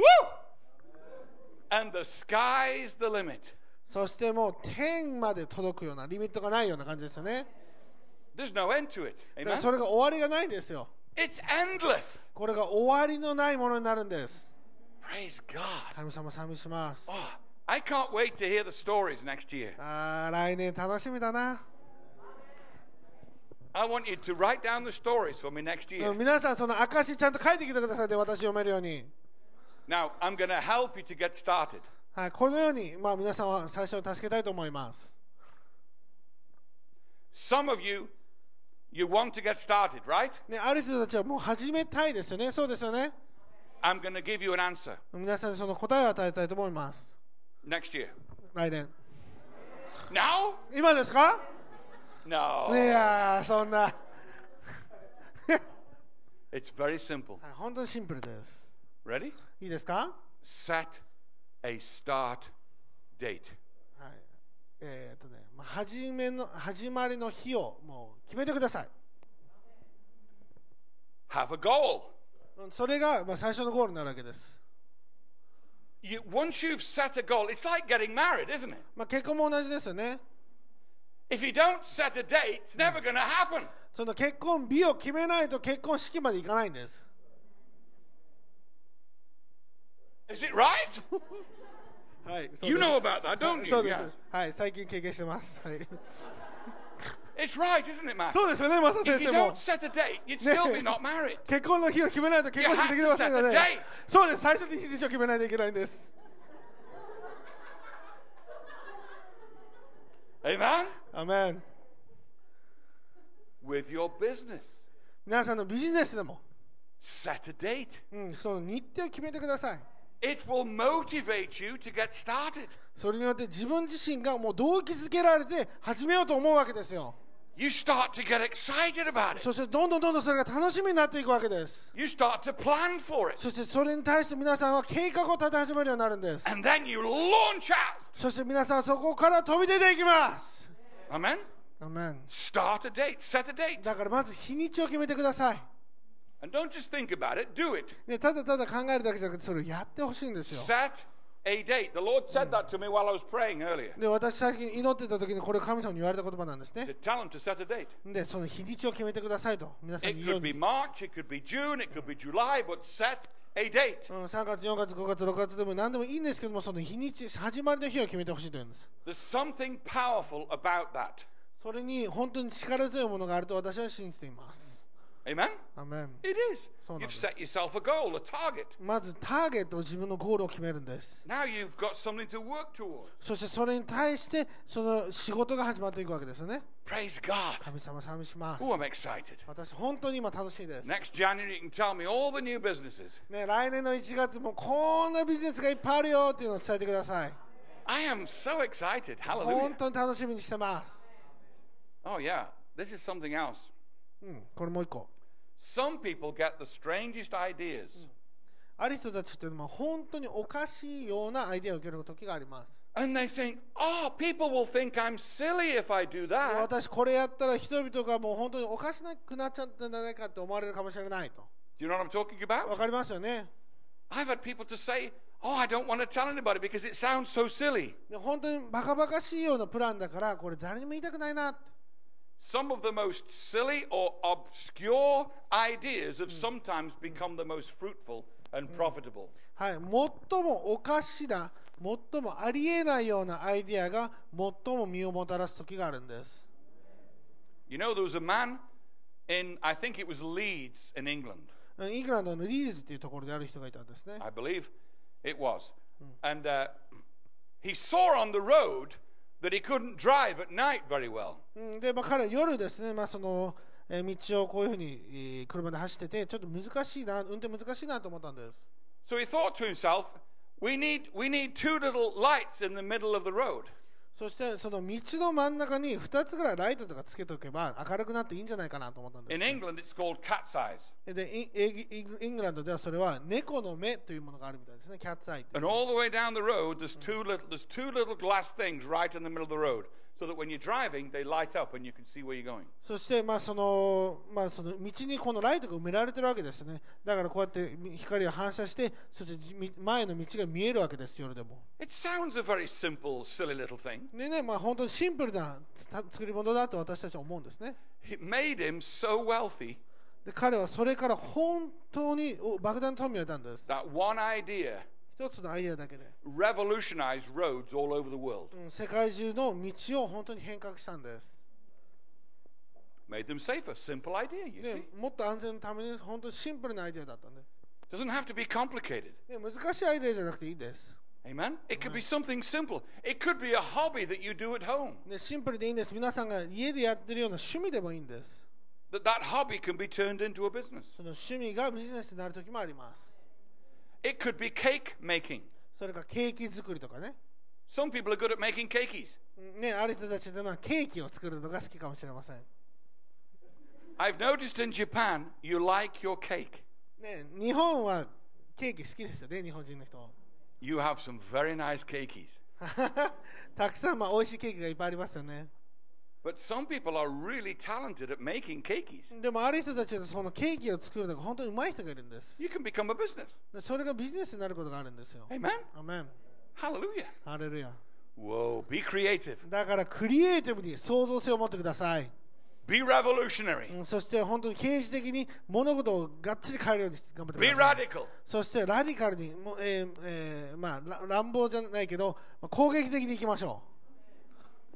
[SPEAKER 2] And the sky's the limit.
[SPEAKER 3] そしてもう天まで届くようなリミットがないような感じですよね
[SPEAKER 2] There's no end to it.
[SPEAKER 3] だから
[SPEAKER 2] Amen.
[SPEAKER 3] それが終わりがないんですよ
[SPEAKER 2] It's endless.
[SPEAKER 3] これが終わりのないものになるんです
[SPEAKER 2] Praise God.
[SPEAKER 3] 神様賛美します
[SPEAKER 2] Oh, I can't wait to hear the stories next year.
[SPEAKER 3] あー来年楽しみだな
[SPEAKER 2] I want you to write down the stories for me next year.
[SPEAKER 3] うん皆さんその証ちゃんと書いてきてくださいで私読めるように
[SPEAKER 2] Now, I'm going to help you to get started.
[SPEAKER 3] はい、このように、まあ、皆さんは最初を助けたいと思います。
[SPEAKER 2] Some of you, you want to get started, right?
[SPEAKER 3] ね、ある人たちはもう始めたいですよね。そうですよね。
[SPEAKER 2] I'm going to give you an answer
[SPEAKER 3] 皆さんにその答えを与えたいと思います。
[SPEAKER 2] next year.
[SPEAKER 3] 来年。
[SPEAKER 2] Now?
[SPEAKER 3] 今ですか
[SPEAKER 2] No.
[SPEAKER 3] いやー、そんな。はい
[SPEAKER 2] It's very simple.
[SPEAKER 3] 本当にシンプルです。
[SPEAKER 2] Ready?
[SPEAKER 3] いいですか
[SPEAKER 2] Set a start date.
[SPEAKER 3] はい。えーっとね、まあ、始めの、始まりの日をもう決めてください。
[SPEAKER 2] Have a goal.
[SPEAKER 3] うんそれが、まあ、最初のゴールになるわけです。
[SPEAKER 2] You, once you've set a goal, it's like getting married, isn't it?
[SPEAKER 3] まあ、結婚も同じですよね。
[SPEAKER 2] If you don't set a date, it's never going to happen.
[SPEAKER 3] その結婚日を決めないと結婚式までいかないんです。
[SPEAKER 2] Is it right?
[SPEAKER 3] はい。そうです
[SPEAKER 2] You know about that, don't
[SPEAKER 3] そう
[SPEAKER 2] you?
[SPEAKER 3] です
[SPEAKER 2] Yeah.。
[SPEAKER 3] はい、最近経験してます。はい。
[SPEAKER 2] It's right, isn't it, Matt?
[SPEAKER 3] そうですよね、マサ
[SPEAKER 2] If
[SPEAKER 3] 先
[SPEAKER 2] you
[SPEAKER 3] 生も
[SPEAKER 2] don't。set a date, you'd still be not married.
[SPEAKER 3] 結婚の日を決めないと結婚式できませんよ
[SPEAKER 2] You have to set a date.
[SPEAKER 3] ね。そうです、最初に日にちを決めないといけないんです。
[SPEAKER 2] Amen?
[SPEAKER 3] アメン。
[SPEAKER 2] With your business.
[SPEAKER 3] 皆さんのビジネスでも、
[SPEAKER 2] Set a date.
[SPEAKER 3] うん、その日程を決めてください。
[SPEAKER 2] It will motivate you to get started.
[SPEAKER 3] それによって自分自身がもう動機づけられて始めようと思うわけですよ。
[SPEAKER 2] You start to get excited about it.
[SPEAKER 3] そしてどんどんどんどんそれが楽しみになっていくわけです。
[SPEAKER 2] You start to plan for it.
[SPEAKER 3] そしてそれに対して皆さんは計画を立て始めるようになるんです。
[SPEAKER 2] And then you launch out.
[SPEAKER 3] そして皆さんはそこから飛び出ていきます。
[SPEAKER 2] Amen?
[SPEAKER 3] アメン。
[SPEAKER 2] Start a date. Set a date.
[SPEAKER 3] だからまず日にちを決めてください。
[SPEAKER 2] And don't just think about it, do it.
[SPEAKER 3] ね、ただただ考えるだけじゃなくてそれをやってほしいんですよ
[SPEAKER 2] Sat a date. The Lord said that to me while I was praying earlier.
[SPEAKER 3] で私最近祈ってた時にこれ神様に言われた言葉なんです
[SPEAKER 2] To
[SPEAKER 3] ね
[SPEAKER 2] tell him to set a date.
[SPEAKER 3] でその日にちを決めてくださいと皆さん
[SPEAKER 2] It
[SPEAKER 3] に言うよう
[SPEAKER 2] could
[SPEAKER 3] に
[SPEAKER 2] be March, it could be June, it could be July, but set a date.
[SPEAKER 3] うん、3月、4月、5月、6月でも何でもいいんですけども、その日にち、始まりの日を決めてほしいというんです。
[SPEAKER 2] There's something powerful about that.
[SPEAKER 3] それに本当に力強いものがあると私は信じています。
[SPEAKER 2] Amen?
[SPEAKER 3] アメン
[SPEAKER 2] It is.
[SPEAKER 3] So
[SPEAKER 2] You've
[SPEAKER 3] nice.
[SPEAKER 2] set yourself a goal, a target.
[SPEAKER 3] まずターゲット、自分のゴールを決めるんです。
[SPEAKER 2] Now you've got something to work toward.
[SPEAKER 3] そしてそれに対して、その仕事が始まっていくわけですよね。
[SPEAKER 2] Praise God.
[SPEAKER 3] 神様、寂します。
[SPEAKER 2] Oh, I'm excited.
[SPEAKER 3] 私、本当に今楽しいです。
[SPEAKER 2] Next January, you can tell me all the new businesses.
[SPEAKER 3] ね、来年の1月もこんなビジネスがいっぱいあるよっていうのを伝えてください。
[SPEAKER 2] I am so excited.
[SPEAKER 3] 本
[SPEAKER 2] Hallelujah.
[SPEAKER 3] 当に楽しみにしてます。
[SPEAKER 2] Oh, yeah. This is something else.
[SPEAKER 3] うん、これもう一個。
[SPEAKER 2] Some people get the strangest ideas.
[SPEAKER 3] ある人たちっていうのは本当におかしいようなアイデアを受ける時があります。
[SPEAKER 2] And they think, oh, people will think I'm silly if I do
[SPEAKER 3] で
[SPEAKER 2] that.
[SPEAKER 3] 私これやったら人々がもう本当におかしくなっちゃったんじゃないかって思われるかもしれないと
[SPEAKER 2] Do you know what I'm talking
[SPEAKER 3] わ
[SPEAKER 2] about?
[SPEAKER 3] かりますよね
[SPEAKER 2] I've had people to say, oh, I don't want to tell anybody because it sounds so silly.
[SPEAKER 3] で本当にバカバカしいようなプランだからこれ誰にも言いたくないなって
[SPEAKER 2] Some of the most silly or obscure ideas have sometimes become the most fruitful and profitable.
[SPEAKER 3] はい最もおかしな最もありえないようなアイデアが最も身をもたらす時があるんです
[SPEAKER 2] You know, there was a man in, I think it was Leeds in England,
[SPEAKER 3] うんイングランドのリーズっていうところである人がいたんですね
[SPEAKER 2] I believe it was. And uh, he saw on the road that he couldn't drive at night very well.
[SPEAKER 3] うんで、まあ、彼は夜ですね、まあそのえー道をこういうふうにえー車で走っててちょっと難しいな運転難しいなと思ったんです
[SPEAKER 2] So he thought to himself, we need, we need two little lights in the middle of the road.
[SPEAKER 3] そしてその道の真ん中に2つぐらいライトとかつけておけば明るくなっていいんじゃないかなと思ったん
[SPEAKER 2] In
[SPEAKER 3] で
[SPEAKER 2] England, it's called cat's eyes.
[SPEAKER 3] す。で、インイギインイングランドではそれは猫の目というものがあるみたいですね、キャッツアイっていう
[SPEAKER 2] And all the way down the road, there's two little, there's two little glass things right in the middle of the road, so that when you're driving, they light up and you can see where you're going.
[SPEAKER 3] そして、まあその、まあその道にこのライトが埋められてるわけですよね。だからこうやってみ光が反射して、そしてじみ前の道が見えるわけです、夜でも。
[SPEAKER 2] It sounds a very simple, silly little thing.
[SPEAKER 3] でね、まあ本当にシンプルなた作り物だと私たちは思うんですね。
[SPEAKER 2] It made him so wealthy
[SPEAKER 3] で、彼はそれから本当にお莫大な富を得たんです。
[SPEAKER 2] that one idea
[SPEAKER 3] 一つのアイデアだけで。
[SPEAKER 2] revolutionized roads all over the world,
[SPEAKER 3] うん世界中の道を本当に変革したんです、
[SPEAKER 2] made them safer. Simple idea, you
[SPEAKER 3] ね
[SPEAKER 2] see.
[SPEAKER 3] もっと安全のために本当にシンプルなアイデアだったんで、
[SPEAKER 2] Doesn't have to be complicated.
[SPEAKER 3] ね、難しいアイデアじゃなくていいです、
[SPEAKER 2] Amen. It could be something simple. It could be a hobby that you do at home.
[SPEAKER 3] ね、シンプルでいいんです皆さんが家でやってるような趣味でもいいんです
[SPEAKER 2] That that hobby can be turned into a business.
[SPEAKER 3] その趣味がビジネスになる時もあります
[SPEAKER 2] It could be cake making.
[SPEAKER 3] それからケーキ作りとかね
[SPEAKER 2] Some people are good at making cakeys.
[SPEAKER 3] うんねある人たちというのはケーキを作るのが好きかもしれません、
[SPEAKER 2] I've noticed in Japan, you like your cake.
[SPEAKER 3] ね、日本はケーキ好きですよね日本人の人
[SPEAKER 2] You have some very nice cakeys.
[SPEAKER 3] たくさんまあ美味しいケーキがいっぱいありますよね
[SPEAKER 2] But some people are really talented at making cakeys.
[SPEAKER 3] でもある人たちはそのケーキを作るのが本当にうまい人がいるんです
[SPEAKER 2] You can become a business.
[SPEAKER 3] でそれがビジネスになることがあるんですよ。
[SPEAKER 2] Amen.
[SPEAKER 3] アメン。
[SPEAKER 2] Hallelujah.
[SPEAKER 3] ハレルヤ。
[SPEAKER 2] Whoa, be creative.
[SPEAKER 3] だからクリエイティブに創造性を持ってください。
[SPEAKER 2] Be revolutionary.
[SPEAKER 3] うんそして本当に経営的に物事をがっつり変えるように頑張って
[SPEAKER 2] Be
[SPEAKER 3] ください。
[SPEAKER 2] radical.
[SPEAKER 3] そしてラディカルに、もうえーえーまあ、ら乱暴じゃないけど、まあ攻撃的にいきましょ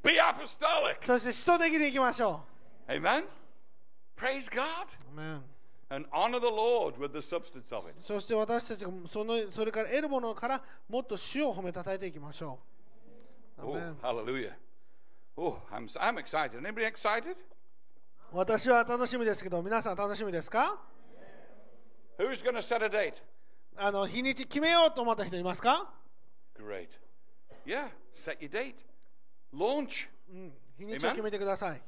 [SPEAKER 2] Be apostolic.
[SPEAKER 3] う。そして使徒的にいきましょ
[SPEAKER 2] Amen. Praise God.
[SPEAKER 3] う。アメン
[SPEAKER 2] And honor the Lord with the substance of it.
[SPEAKER 3] そして私たちがそのそれから得るものからもっと主を褒めたたえていきましょう。アメ
[SPEAKER 2] Oh,
[SPEAKER 3] ン
[SPEAKER 2] hallelujah. Oh, I'm, I'm excited. Anybody excited?
[SPEAKER 3] 私は楽しみですけど、皆さん楽しみですか
[SPEAKER 2] Who's going to set a date?
[SPEAKER 3] あの日にち決めようと思った人いますか
[SPEAKER 2] Great. Yeah, set your date. Launch.
[SPEAKER 3] うん日にちを決めてください。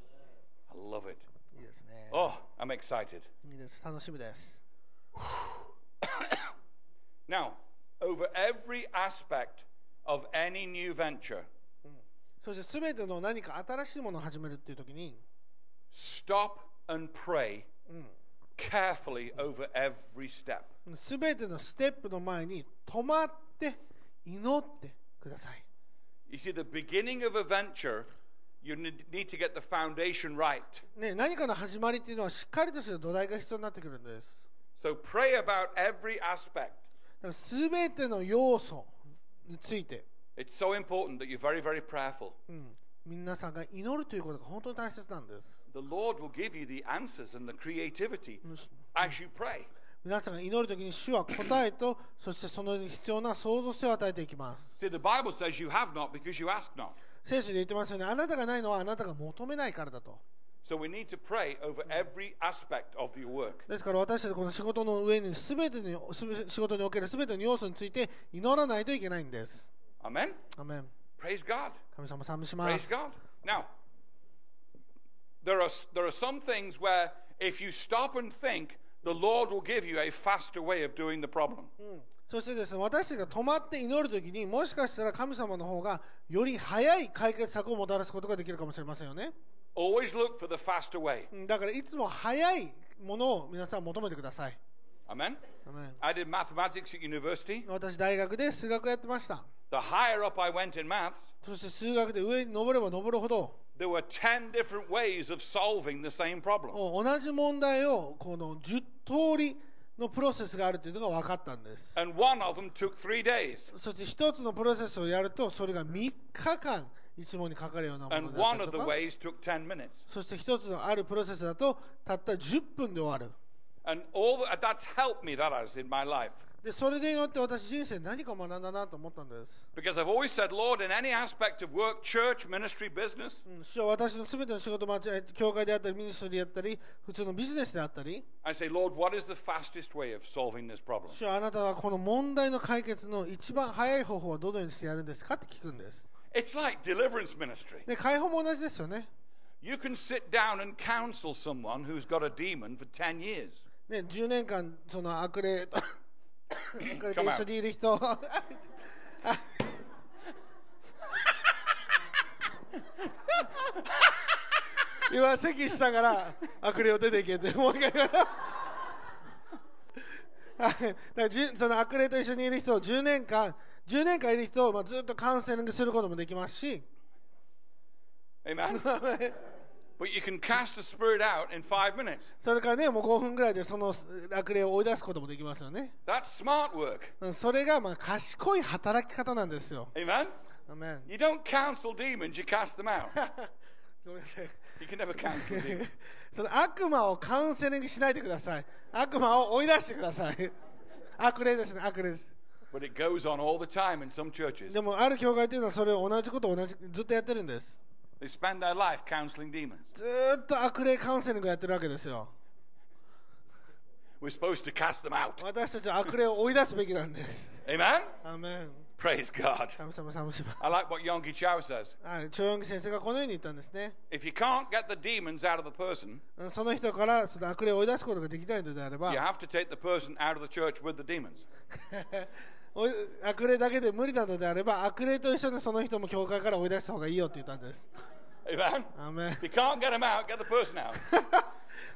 [SPEAKER 2] I love it.
[SPEAKER 3] いいですね。
[SPEAKER 2] Oh, I'm excited.
[SPEAKER 3] いいです。楽しみです。
[SPEAKER 2] Now, over every aspect of any new venture,
[SPEAKER 3] そしてすべての何か新しいものを始めるっていう時に、
[SPEAKER 2] stop and pray carefully over every step.
[SPEAKER 3] すべてのステップの前に止まって祈ってください
[SPEAKER 2] You see, the beginning of a venture, you need need to get the foundation right.
[SPEAKER 3] ね、何かの始まりっていうのはしっかりとした土台が必要になってくるんです。
[SPEAKER 2] So pray about every aspect.
[SPEAKER 3] だから全ての要素について、
[SPEAKER 2] It's so important that you're very, very prayerful.
[SPEAKER 3] うん、皆さんが祈るということが本当に大切なんです。
[SPEAKER 2] The Lord will give you the answers and the creativity
[SPEAKER 3] うんし
[SPEAKER 2] as you pray.
[SPEAKER 3] 皆さんが祈るときに主は答えと、そしてその必要な創造性を与えていきます。
[SPEAKER 2] See, the Bible says you have not because you ask not.
[SPEAKER 3] 聖書で言ってますよね、あなたがないのはあなたが求めないからだと。
[SPEAKER 2] So we need to pray over every aspect of your work.
[SPEAKER 3] ですから私たちこの仕事の上に全てに、すべ仕事における全ての要素について祈らないといけないんです。
[SPEAKER 2] Amen?
[SPEAKER 3] アメン
[SPEAKER 2] Praise God.
[SPEAKER 3] 神様賛美しま
[SPEAKER 2] Praise
[SPEAKER 3] す。
[SPEAKER 2] God. Now, there are, there are some things where if you stop and think, the Lord will give you a faster way of doing the problem.
[SPEAKER 3] うんそしてですね、私たちが止まって祈るときに、もしかしたら神様の方がより早い解決策をもたらすことができるかもしれませんよね。
[SPEAKER 2] Always look for the faster way.
[SPEAKER 3] うんだからいつも早いものを皆さん求めてください。
[SPEAKER 2] Amen?
[SPEAKER 3] アメン
[SPEAKER 2] I did mathematics at university.
[SPEAKER 3] 私、大学で数学やってました。
[SPEAKER 2] The higher up I went in maths,
[SPEAKER 3] そして数学で上に登れば登るほど、
[SPEAKER 2] there were 10 different ways of solving the same problem.
[SPEAKER 3] お同じ問題をこの10通りのプロセスがあるというのが分かったんです。
[SPEAKER 2] And one of them took three days.
[SPEAKER 3] そして一つのプロセスをやると、それが3日間一問にかかるようなもの
[SPEAKER 2] And
[SPEAKER 3] であ
[SPEAKER 2] one
[SPEAKER 3] ったり
[SPEAKER 2] of
[SPEAKER 3] と
[SPEAKER 2] the
[SPEAKER 3] か
[SPEAKER 2] ways took 10 minutes.
[SPEAKER 3] そして一つのあるプロセスだと、たった10分で終わる。
[SPEAKER 2] And all the, that's helped me, that has, in my life.
[SPEAKER 3] でそれでよって私人生何か学んだなと思ったんです、
[SPEAKER 2] Because I've always said, Lord, in any aspect of work, church, ministry, business,
[SPEAKER 3] うん、主は私の全ての仕事まちえ教会であったりミニストリーであったり普通のビジネスであったり
[SPEAKER 2] I say, Lord, what is the fastest way of solving this problem?
[SPEAKER 3] 主はあなたはこの問題の解決の一番早い方法はどのようにしてやるんですかって聞くんです
[SPEAKER 2] It's like deliverance ministry.
[SPEAKER 3] で解放も同じですよね
[SPEAKER 2] You can sit down and counsel someone who's got a demon for 10 years.
[SPEAKER 3] ね10年間その悪霊 と悪霊と
[SPEAKER 2] Come
[SPEAKER 3] 一
[SPEAKER 2] out.
[SPEAKER 3] 緒にいる人を今席したから悪霊を出ていけってもう一回はいだからじゅその悪霊と一緒にいる人を10年間10年間いる人をまあずっとカウンセリングすることもできますし
[SPEAKER 2] Amen? but you can cast a spirit out in five minutes.
[SPEAKER 3] それからねもう5分ぐらいでその悪霊を追い出すこともできますよね
[SPEAKER 2] That's smart work.
[SPEAKER 3] うんそれがまあ賢い働き方なんですよ
[SPEAKER 2] Amen?
[SPEAKER 3] アメン
[SPEAKER 2] You don't counsel demons, you cast them out.
[SPEAKER 3] ごめんなさい
[SPEAKER 2] You can never counsel demons.
[SPEAKER 3] その悪魔をカウンセリングしないでください悪魔を追い出してください 悪霊ですね悪霊です
[SPEAKER 2] But it goes on all the time in some churches.
[SPEAKER 3] でもある教会というのはそれを同じことを同じずっとやってるんです
[SPEAKER 2] They spend their life counseling demons.
[SPEAKER 3] ずーっと悪霊カウンセリングやってるわけですよ
[SPEAKER 2] We're supposed to cast them out.
[SPEAKER 3] 私たちは悪霊を追い出すべきなんです
[SPEAKER 2] Amen?
[SPEAKER 3] アーメン
[SPEAKER 2] Praise God.
[SPEAKER 3] 神様様しま
[SPEAKER 2] I like what Yongi Chow says.
[SPEAKER 3] はいチョヨンギ先生がこのように言ったんですね
[SPEAKER 2] If you can't get the demons out of the person,
[SPEAKER 3] うんその人からその悪霊を追い出すことができないのであれば
[SPEAKER 2] you have to take the person out of the church with the demons.
[SPEAKER 3] おい悪霊だけで無理なのであれば悪霊と一緒にその人も教会から追い出した方がいいよって言ったんです
[SPEAKER 2] Amen?
[SPEAKER 3] アー メン
[SPEAKER 2] If you can't get them out, get the person out.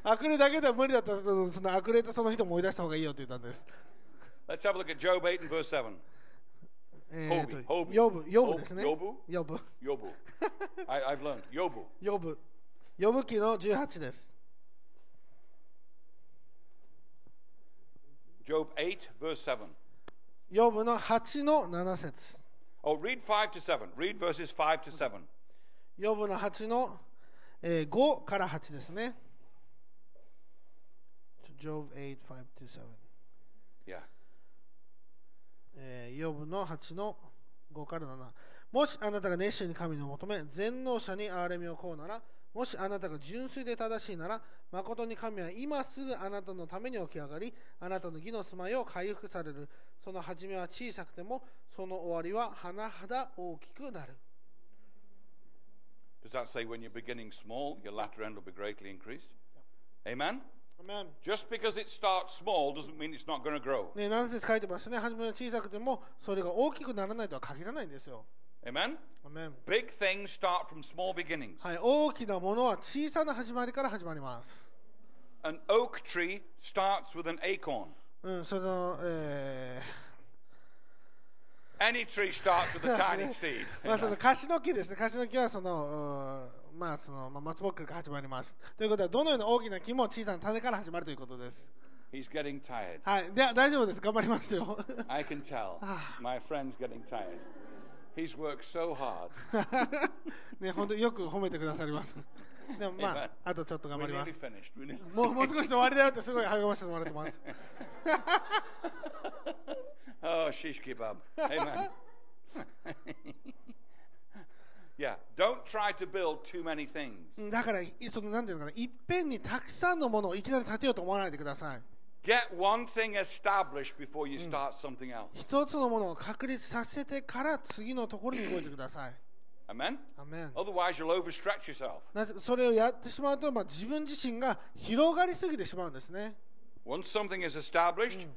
[SPEAKER 3] 悪霊だけでは無理だったらそのその悪霊とその人も追い出した方がいいよって言ったんです。
[SPEAKER 2] Let's have a look at Job 8 and verse 7.
[SPEAKER 3] えー
[SPEAKER 2] ホ
[SPEAKER 3] と
[SPEAKER 2] ブ
[SPEAKER 3] ヨブ、ヨ
[SPEAKER 2] ホブ
[SPEAKER 3] ブですね。
[SPEAKER 2] ヨブ
[SPEAKER 3] ヨブ、
[SPEAKER 2] Yobu. I, I've learned. Yobu.
[SPEAKER 3] ヨブ。ヨブ記の18です。
[SPEAKER 2] Job 8, verse 7.
[SPEAKER 3] ヨブの8の7節
[SPEAKER 2] Oh, read 5 to 7. Read verses 5 to 7.
[SPEAKER 3] ヨブの8の、えー5から8ですね。ジョブ8、5 to 7。
[SPEAKER 2] Yeah.
[SPEAKER 3] えーヨブの8の5から7もしあなたが熱心に神の求め全能者に憐れみをこうならもしあなたが純粋で正しいなら誠に神は今すぐあなたのために起き上がりあなたの義の住まいを回復されるその初めは小さくてもその終わりは甚だ大きくなる
[SPEAKER 2] Does that say when you're beginning small, your latter end will be greatly increased? Amen?
[SPEAKER 3] アメン
[SPEAKER 2] Just because it starts small doesn't mean it's not going to grow.
[SPEAKER 3] ね、何節書いてますね初めは小さくてもそれが大きくならないとは限らないんですよ
[SPEAKER 2] Amen?
[SPEAKER 3] アメン
[SPEAKER 2] Big things start from small beginnings.
[SPEAKER 3] はい、大きなものは小さな始まりから始まります
[SPEAKER 2] an oak tree starts with an acorn.
[SPEAKER 3] うん、その、え
[SPEAKER 2] Any tree starts with a tiny
[SPEAKER 3] ね
[SPEAKER 2] seed.
[SPEAKER 3] ーまあその樫の木ですね、樫の木はその、うんまあその、まあ、松ぼっくりから始まります。ということは、どのような大きな木も小さな種から始まるということです。
[SPEAKER 2] He's getting tired.
[SPEAKER 3] はい、では大丈夫です、頑張りますよ。
[SPEAKER 2] I can tell. My friend's getting tired. He's worked so hard.
[SPEAKER 3] ね、本当によく褒めてくださります。でもまあ、あとちょっと頑
[SPEAKER 2] We're
[SPEAKER 3] 張ります
[SPEAKER 2] nearly。finished. We're nearly-
[SPEAKER 3] もうもう少しで終わりだよってすごい励ましてもらってます。
[SPEAKER 2] oh, shish kebab. Amen. yeah, don't try to build too many things.
[SPEAKER 3] うんだから、いそのなんていうのかな、いっぺんにたくさんのものをいきなり建てようと思わないでください。
[SPEAKER 2] Get one thing established before you start something else.
[SPEAKER 3] 一つのものを確立させてから次のところに動いてください。
[SPEAKER 2] Amen?
[SPEAKER 3] アメン
[SPEAKER 2] Otherwise, you'll overstretch yourself.
[SPEAKER 3] なぜそれをやってしまうと、まあ、自分自身が広がりすぎてしまうんですね。
[SPEAKER 2] Once something is established,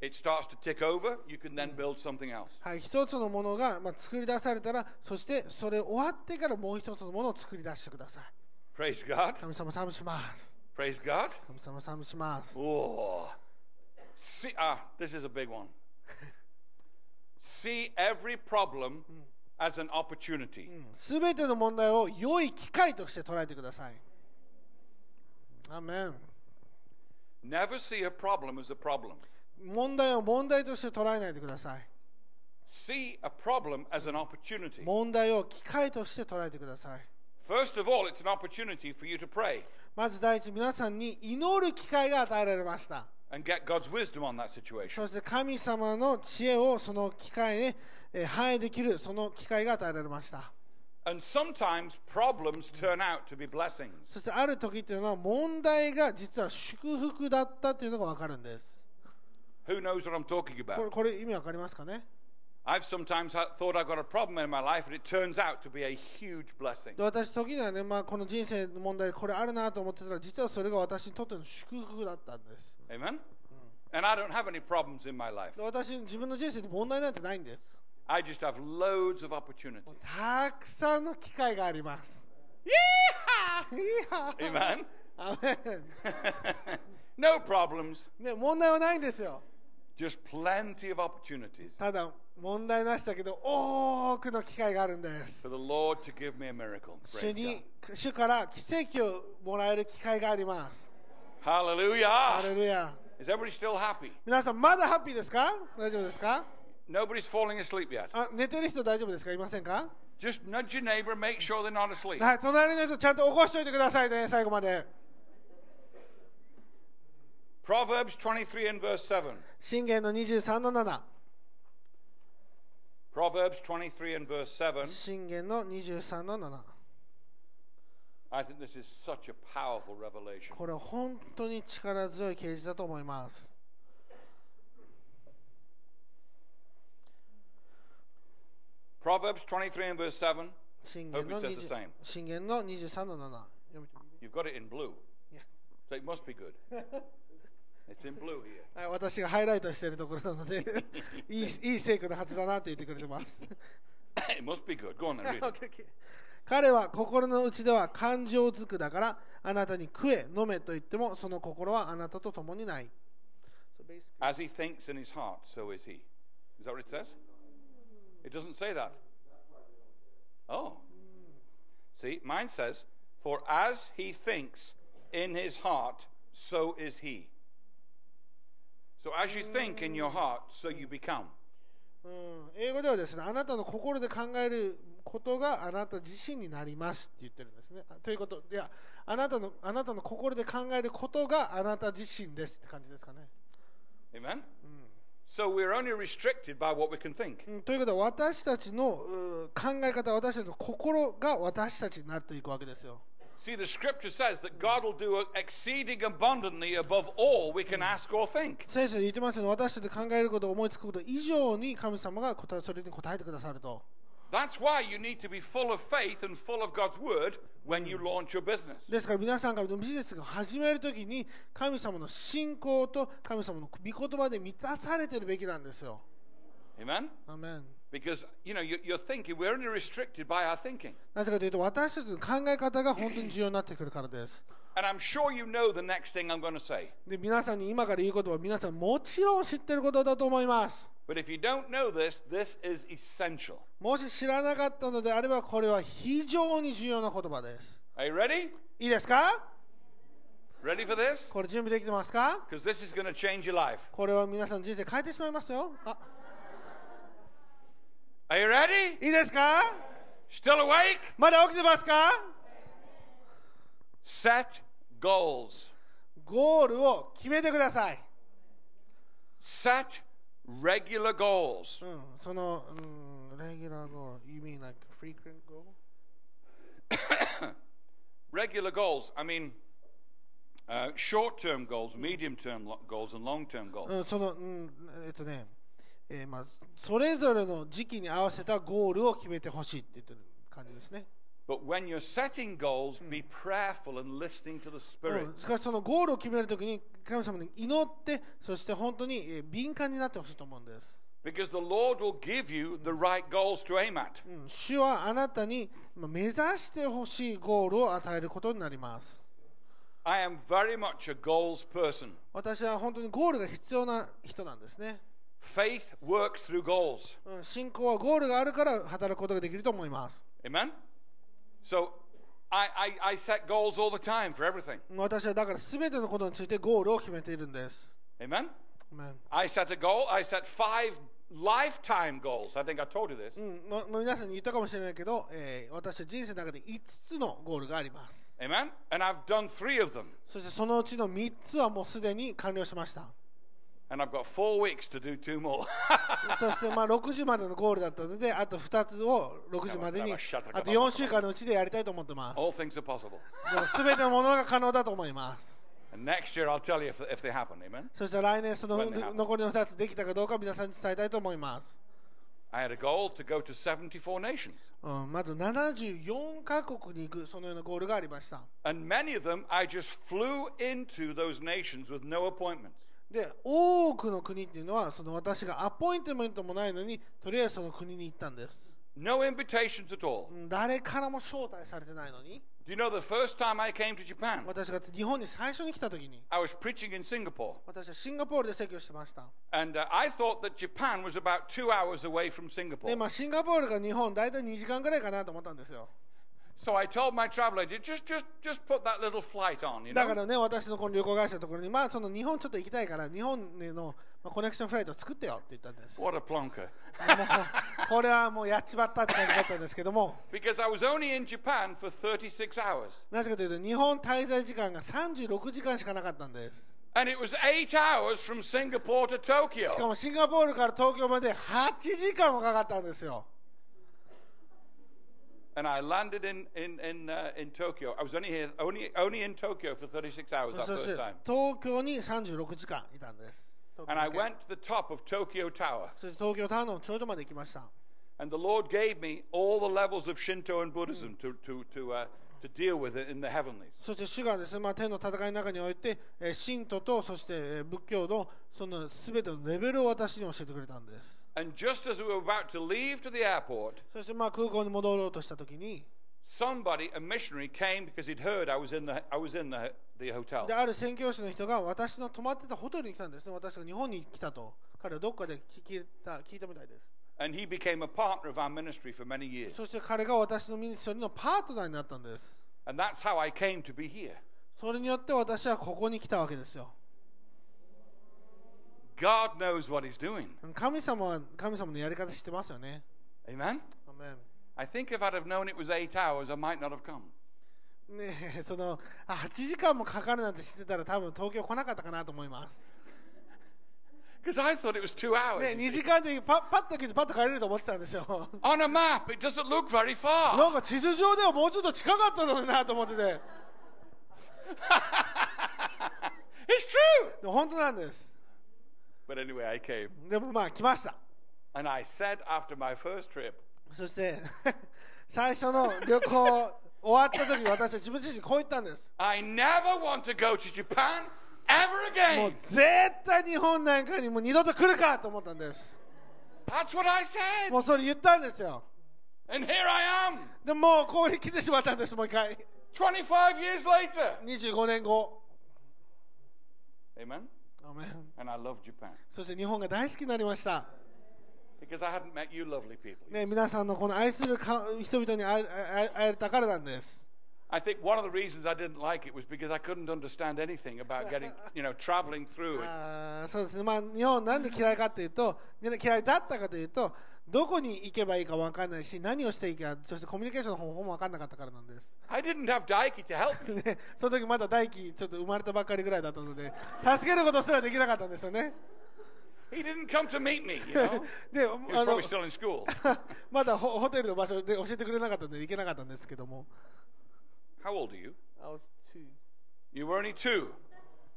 [SPEAKER 2] it starts to tick over. You can then build something else.
[SPEAKER 3] はい、一つのものが、まあ、作り出されたら、そしてそれ終わってからもう一つのものを作り出してください。
[SPEAKER 2] Praise God.
[SPEAKER 3] 神様、賛美します。
[SPEAKER 2] Praise God.
[SPEAKER 3] 神様、賛美します。
[SPEAKER 2] Oh. See, ah, this is a big one. See every problem as an opportunity.
[SPEAKER 3] すべての問題を良い機会として捉えてください。アーメン
[SPEAKER 2] Never see a problem as a problem.
[SPEAKER 3] 問題を問題として捉えないでください。
[SPEAKER 2] See a problem as an opportunity.
[SPEAKER 3] 問題を機会として捉えてください。
[SPEAKER 2] First of all, it's an opportunity for you to pray
[SPEAKER 3] まず第一、皆さんに祈る機会が与えられました。
[SPEAKER 2] and get God's wisdom on that situation.
[SPEAKER 3] そして神様の知恵をその機会にえー反映できる、その機会が与えられました。
[SPEAKER 2] And sometimes problems turn out to be blessings.
[SPEAKER 3] そしてある時っていうのは問題が実は祝福だったというのが分かるんです。
[SPEAKER 2] Who knows what I'm talking
[SPEAKER 3] これ
[SPEAKER 2] about?
[SPEAKER 3] これ意味分かりますかね
[SPEAKER 2] I've sometimes ha- thought I've got a problem in my life and it turns out to be a huge blessing.
[SPEAKER 3] で私時にはね、まあ、この人生の問題これあるなと思ってたら実はそれが私にとっての祝福だったんです
[SPEAKER 2] Amen? And I don't have any problems in my life.
[SPEAKER 3] で私自分の人生で問題なんてないんです
[SPEAKER 2] I just have loads of opportunity.
[SPEAKER 3] たくさんの機会があります
[SPEAKER 2] Yeehaw!
[SPEAKER 3] いや
[SPEAKER 2] Amen?
[SPEAKER 3] アメン
[SPEAKER 2] no problems,
[SPEAKER 3] ね問題はないんですよ
[SPEAKER 2] just plenty of opportunities
[SPEAKER 3] ただ問題なしだけど多くの機会があるんです
[SPEAKER 2] for the Lord to give me a miracle.
[SPEAKER 3] 主
[SPEAKER 2] Praise
[SPEAKER 3] に
[SPEAKER 2] God.
[SPEAKER 3] 主から奇跡をもらえる機会がありますハ
[SPEAKER 2] Hallelujah!
[SPEAKER 3] レルヤ
[SPEAKER 2] Is everybody still happy?
[SPEAKER 3] 皆さんまだハッピーですか大丈夫ですか
[SPEAKER 2] Nobody's falling asleep yet.
[SPEAKER 3] あ寝てる人大丈夫ですかいませんか
[SPEAKER 2] Just nudge your neighbor and make sure they're not asleep.
[SPEAKER 3] はい、隣の人ちゃんと起こしておいてくださいね、最後まで。
[SPEAKER 2] Proverbs 23 and verse 7.
[SPEAKER 3] 信玄の23の7。
[SPEAKER 2] Proverbs 23 and verse 7.
[SPEAKER 3] 信玄の23の7。
[SPEAKER 2] I think this is such a powerful revelation.
[SPEAKER 3] これ本当に力強い啓示だと思います。
[SPEAKER 2] Proverbs 23 and verse 7.
[SPEAKER 3] 信玄の
[SPEAKER 2] Hope it says the
[SPEAKER 3] 20
[SPEAKER 2] same.
[SPEAKER 3] 信玄の23の7。読み
[SPEAKER 2] You've got it in blue.
[SPEAKER 3] Yeah.
[SPEAKER 2] So it must be good. it's in blue here.
[SPEAKER 3] はい、私がハイライトしているところな のでいい、いい聖句のはずだなって言ってくれて ます。
[SPEAKER 2] it must be good. Go on then,
[SPEAKER 3] はい
[SPEAKER 2] read it.
[SPEAKER 3] 彼は心の内では感情づくだから、あなたに食え、飲めと言っても、その心はあなたと共にない。So basically-
[SPEAKER 2] As he thinks in his heart, so is he. Is that what it says? It doesn't say that. Oh. See, mine says, For as he thinks in his heart, so is he. So as you think in your heart, so you become.
[SPEAKER 3] うん英語ではですね、あなたの心で考えることがあなた自身になりますって言ってるんですね。あということ、いや、あなたのあなたの心で考えることがあなた自身ですって感じですかね。
[SPEAKER 2] Amen? So we're only restricted by what we can think.
[SPEAKER 3] うん、ということは、私たちのうん考え方、私たちの心が私たちになっていくわけですよ。
[SPEAKER 2] See, the scripture says that God will do exceeding abundantly above all we can ask or think.
[SPEAKER 3] 先生言ってますよね、私たちで考えること、思いつくこと以上に神様が答えそれに答えてくださると。
[SPEAKER 2] That's why you need to be full of faith and full of God's word when you launch your business.
[SPEAKER 3] ですから皆さんからのビジネスを始めるときに神様の信仰と神様の御言葉で満たされてるべきなんですよ。
[SPEAKER 2] Amen?
[SPEAKER 3] アメン
[SPEAKER 2] Because, you know, you- you're thinking, we're only restricted by our thinking.
[SPEAKER 3] なぜかというと私たちの考え方が本当に重要になってくるからです。
[SPEAKER 2] And I'm sure you know the next thing I'm going to say.
[SPEAKER 3] で皆さんに今から言うことは皆さんもちろん知ってることだと思います
[SPEAKER 2] But if you don't know this, this is essential.
[SPEAKER 3] もし知らなかったのであればこれは非常に重要な言葉です
[SPEAKER 2] Are you ready?
[SPEAKER 3] いいですか
[SPEAKER 2] Ready for this?
[SPEAKER 3] これ準備できてますか
[SPEAKER 2] Because this is going to change your life.
[SPEAKER 3] これは皆さん人生変えてしまいますよあ
[SPEAKER 2] Are you ready?
[SPEAKER 3] いいですか
[SPEAKER 2] Still awake?
[SPEAKER 3] まだ起きてますか
[SPEAKER 2] Set goals.
[SPEAKER 3] ゴールを決めてください、
[SPEAKER 2] Set regular goals.
[SPEAKER 3] うん、その、うん、レギュラーゴール you mean like frequent goal?
[SPEAKER 2] regular goals. I mean, uh, short-term goals, medium-term lo- goals, and long-term goals.
[SPEAKER 3] うん、その、うん、えっとね、えーまあ、それぞれの時期に合わせたゴールを決めてほしいって言ってる感じですね、
[SPEAKER 2] But when you're setting goals, be prayerful and listening to the
[SPEAKER 3] う
[SPEAKER 2] Spirit.
[SPEAKER 3] ん、しかしそのゴールを決めるときに神様に祈ってそして本当に、えー敏感になってほしいと思うんです、
[SPEAKER 2] Because the Lord will give you the right goals to aim at.
[SPEAKER 3] うん、主はあなたにまあ目指してほしいゴールを与えることになります
[SPEAKER 2] I am very much a goals person.
[SPEAKER 3] 私は本当にゴールが必要な人なんですね、
[SPEAKER 2] Faith works through goals.
[SPEAKER 3] うん、信仰はゴールがあるから働くことができると思います
[SPEAKER 2] Amen? So I, I, I set goals all the time for everything.
[SPEAKER 3] 私はだから全てのことについてゴールを決めているんです
[SPEAKER 2] Amen?
[SPEAKER 3] アーメン
[SPEAKER 2] I set a goal. I set five lifetime goals. I think I told you this.
[SPEAKER 3] うん、まま皆さんに言ったかもしれないけど、えー私は人生の中で5つのゴールがあります
[SPEAKER 2] Amen? And I've done three of them.
[SPEAKER 3] そしてそのうちの3つはもうすでに完了しました
[SPEAKER 2] And I've got four weeks to do two more.
[SPEAKER 3] そしてまあ60までのゴールだったのであと2つを60までに
[SPEAKER 2] やばいやばい
[SPEAKER 3] あと4週間のうちでやりたいと思ってます
[SPEAKER 2] all things are possible.
[SPEAKER 3] でも全てのものが可能だと思います
[SPEAKER 2] And next year I'll tell you if, if they happen. Amen?
[SPEAKER 3] そして来年その
[SPEAKER 2] When they happen.
[SPEAKER 3] 残りの2つできたかどうか皆さんに伝えたいと思います、
[SPEAKER 2] I had a goal to go to 74 nations.
[SPEAKER 3] うん、まず74カ国に行くそのようなゴールがありました
[SPEAKER 2] And many of them, I just flew into those nations with no appointments.
[SPEAKER 3] で多くの国っていうのはその私がアポイントメントもないのにとりあえずその国に行ったんです
[SPEAKER 2] No invitations at all.
[SPEAKER 3] うん誰からも招待されてないのに
[SPEAKER 2] Do you know the first time I came to Japan,
[SPEAKER 3] 私が日本に最初に来た時に
[SPEAKER 2] I was preaching in Singapore.
[SPEAKER 3] 私はシンガポールで説教してました
[SPEAKER 2] And uh, I thought that Japan was about two hours away from
[SPEAKER 3] で、
[SPEAKER 2] Singapore.
[SPEAKER 3] まあ、シンガポールが日本大体2時間ぐらいかなと思ったんですよ
[SPEAKER 2] So I told my travel agent, just, just, just put that little flight on, you
[SPEAKER 3] だか
[SPEAKER 2] know.
[SPEAKER 3] らね私のこの旅行会社のところにまあその日本ちょっと行きたいから日本のまあコネクションフライトを作ってよって言ったんで すも
[SPEAKER 2] What a plonker.
[SPEAKER 3] うこれはもうやっちまったって感じだったんですけども
[SPEAKER 2] Because I was only in Japan for 36 hours.
[SPEAKER 3] なぜかというと日本滞在時間が36時間しかなかったんです
[SPEAKER 2] And it was eight hours from Singapore to
[SPEAKER 3] しか
[SPEAKER 2] Tokyo.
[SPEAKER 3] もシンガポールから東京まで8時間もかかったんですよ
[SPEAKER 2] And I landed in, in, in, uh, in Tokyo. I was only, here, only, only in Tokyo for 36 hours that
[SPEAKER 3] そして
[SPEAKER 2] first time.
[SPEAKER 3] 東京に36時間いたんです。
[SPEAKER 2] And I
[SPEAKER 3] 東
[SPEAKER 2] went to the
[SPEAKER 3] 京だけ
[SPEAKER 2] top of Tokyo Tower.
[SPEAKER 3] そして東京タワーの頂上まで行きました。
[SPEAKER 2] And the Lord gave me all the levels of Shinto and Buddhism to, to, to, uh, to deal with it in the heavenlies.
[SPEAKER 3] そして主がですね、まあ、天の戦いの中において、えー信徒とそしてえー仏教のその全てのレベルを私に教えてくれたんです。
[SPEAKER 2] And just as we were about to leave to the airport,
[SPEAKER 3] そしてまあ空港に戻ろうとした時に、
[SPEAKER 2] somebody, a missionary, came because he'd heard I was in the, I was in the, the hotel.
[SPEAKER 3] である宣教師の人が私の泊まってたホテルに来たんですね。私が日本に来たと。彼はどっかで聞いた聞いたみたいです。
[SPEAKER 2] And he became a partner of our ministry for many years.
[SPEAKER 3] そして彼が私のミニストリーのパートナーになったんです。
[SPEAKER 2] And that's how I came to be here.
[SPEAKER 3] それによって私はここに来たわけですよ。
[SPEAKER 2] God knows what he's doing.
[SPEAKER 3] 神様は神様のやり方知ってますよね。
[SPEAKER 2] Amen?
[SPEAKER 3] アーメン
[SPEAKER 2] I think if I'd have known it was eight hours, I might not have come.
[SPEAKER 3] ねえそのあ8時間もかかるなんて知ってたら多分東京来なかったかなと思います、
[SPEAKER 2] Because I thought it was two
[SPEAKER 3] ね
[SPEAKER 2] hours.、
[SPEAKER 3] 2時間でパッパッと来てパッと帰れると思ってたんですよ
[SPEAKER 2] On a map, it doesn't look very far.
[SPEAKER 3] なんか地図上ではもうちょっと近かったのになと思ってて
[SPEAKER 2] it's true.
[SPEAKER 3] でも本当なんです
[SPEAKER 2] But anyway, I came.
[SPEAKER 3] でもまあ来ました
[SPEAKER 2] And I said after my first trip,
[SPEAKER 3] そして 最初の旅行終わった時に私は自分自身にこう言ったんです
[SPEAKER 2] I never want to go to Japan ever
[SPEAKER 3] もう
[SPEAKER 2] again.
[SPEAKER 3] 絶対日本なんかにもう二度と来るかと思ったんです
[SPEAKER 2] That's what I said.
[SPEAKER 3] もうそれ言ったんですよ
[SPEAKER 2] And here I am.
[SPEAKER 3] でももうここに来てしまったんですもう一回
[SPEAKER 2] 25 years later.
[SPEAKER 3] 25年後
[SPEAKER 2] Amen.
[SPEAKER 3] アーメン
[SPEAKER 2] And I love Japan
[SPEAKER 3] そして日本が大好きになりました
[SPEAKER 2] because I hadn't met you lovely people.
[SPEAKER 3] ね、皆さんのこの愛するか人々に会え会え会えたからなんです。
[SPEAKER 2] I think one of the reasons I didn't like it was because I couldn't understand anything about getting, you know, traveling through
[SPEAKER 3] Oh.
[SPEAKER 2] it.
[SPEAKER 3] あーそうですね、まあ、日本なんで嫌いかというと、みんな嫌いだったかというと、どこに行けばいいか分からないし、何をしていいか、そしてコミュニケーションの方法も分からなかったからなんです。
[SPEAKER 2] I didn't have Daiki to help me.
[SPEAKER 3] ね、その時まだ大輝、ちょっと生まれたばっかりぐらいだったので、助けることすらできなかったんですよね。
[SPEAKER 2] He didn't come to meet me, you know.
[SPEAKER 3] で、
[SPEAKER 2] He was
[SPEAKER 3] あ
[SPEAKER 2] probably
[SPEAKER 3] の
[SPEAKER 2] still in school.
[SPEAKER 3] まだホホテルの場所で教えてくれなかったので、行けなかったんですけども。
[SPEAKER 2] How old are you? You were only two.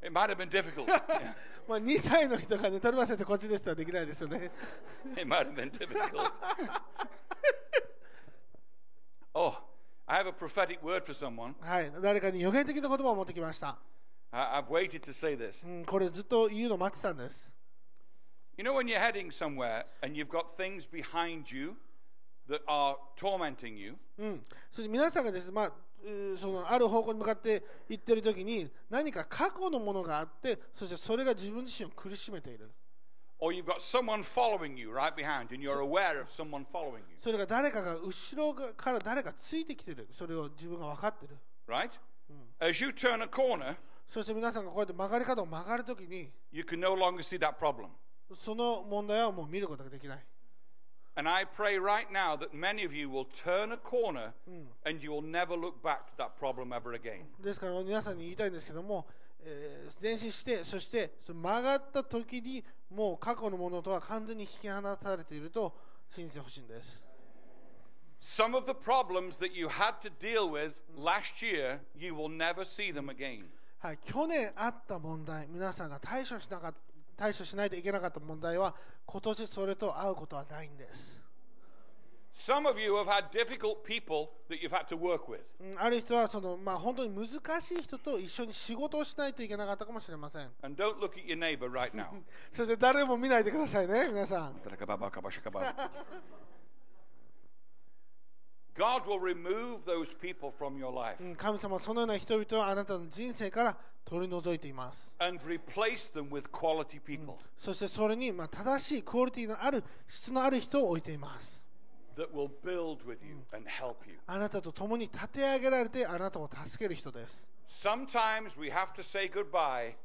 [SPEAKER 2] It might have been difficult.
[SPEAKER 3] まあ、2歳の人がね、トルマ先生、こっちですとはできないですよね。
[SPEAKER 2] It might have been difficult. oh, I have a prophetic word for someone.
[SPEAKER 3] はい、誰かに予言的な言葉を持ってきました。
[SPEAKER 2] I, I've waited to say this.
[SPEAKER 3] うん、これずっと言うの待ってたんです。
[SPEAKER 2] You know, when you're heading somewhere and you've got things behind you that are tormenting you,
[SPEAKER 3] うん、そして皆さんがですね、まあ、うーそのある方向に向かって行ってる時に何か過去のものがあってそしてそれが自分自身を苦しめている
[SPEAKER 2] or you've got someone following you right behind and you're aware of someone following you,
[SPEAKER 3] それが誰かが後ろから誰かついてきてるそれを自分が分かってる
[SPEAKER 2] right? As you turn a corner,
[SPEAKER 3] そして皆さんがこうやって曲がり角を曲がる時に
[SPEAKER 2] you can no longer see that problem.
[SPEAKER 3] その問題はもう見ることができない
[SPEAKER 2] And I pray right now that many of you will turn a corner and you will never look back to that problem ever again.
[SPEAKER 3] ですから皆さんに言いたいんですけども、えー前進してそしてその曲がった時にもう過去のものとは完全に引き離されていると信じてほしいんです
[SPEAKER 2] Some of the problems that you had to deal with last year, you will never see them again.
[SPEAKER 3] はい、去年あった問題、皆さんが対処しなかっ対処しないといけなかった問題は、今年それと会うことはないんです。
[SPEAKER 2] Some of you have had difficult people that you've had to work with.
[SPEAKER 3] うんある人はその、まあ、本当に難しい人と一緒に仕事をしないといけなかったかもしれません。
[SPEAKER 2] And don't look at your neighbor right now.
[SPEAKER 3] それで誰も見ないでくださいね、皆さん。
[SPEAKER 2] God will remove those people from your life
[SPEAKER 3] うん神様はそのような人々をあなたの人生から取り除いています。
[SPEAKER 2] and replace them with quality people
[SPEAKER 3] そしてそれに、まあ、正しいクオリティのある質のある人を置いています。
[SPEAKER 2] that will build with you and help you.
[SPEAKER 3] あなたと共に立て上げられてあなたを助ける人です。
[SPEAKER 2] Sometimes we have to say goodbye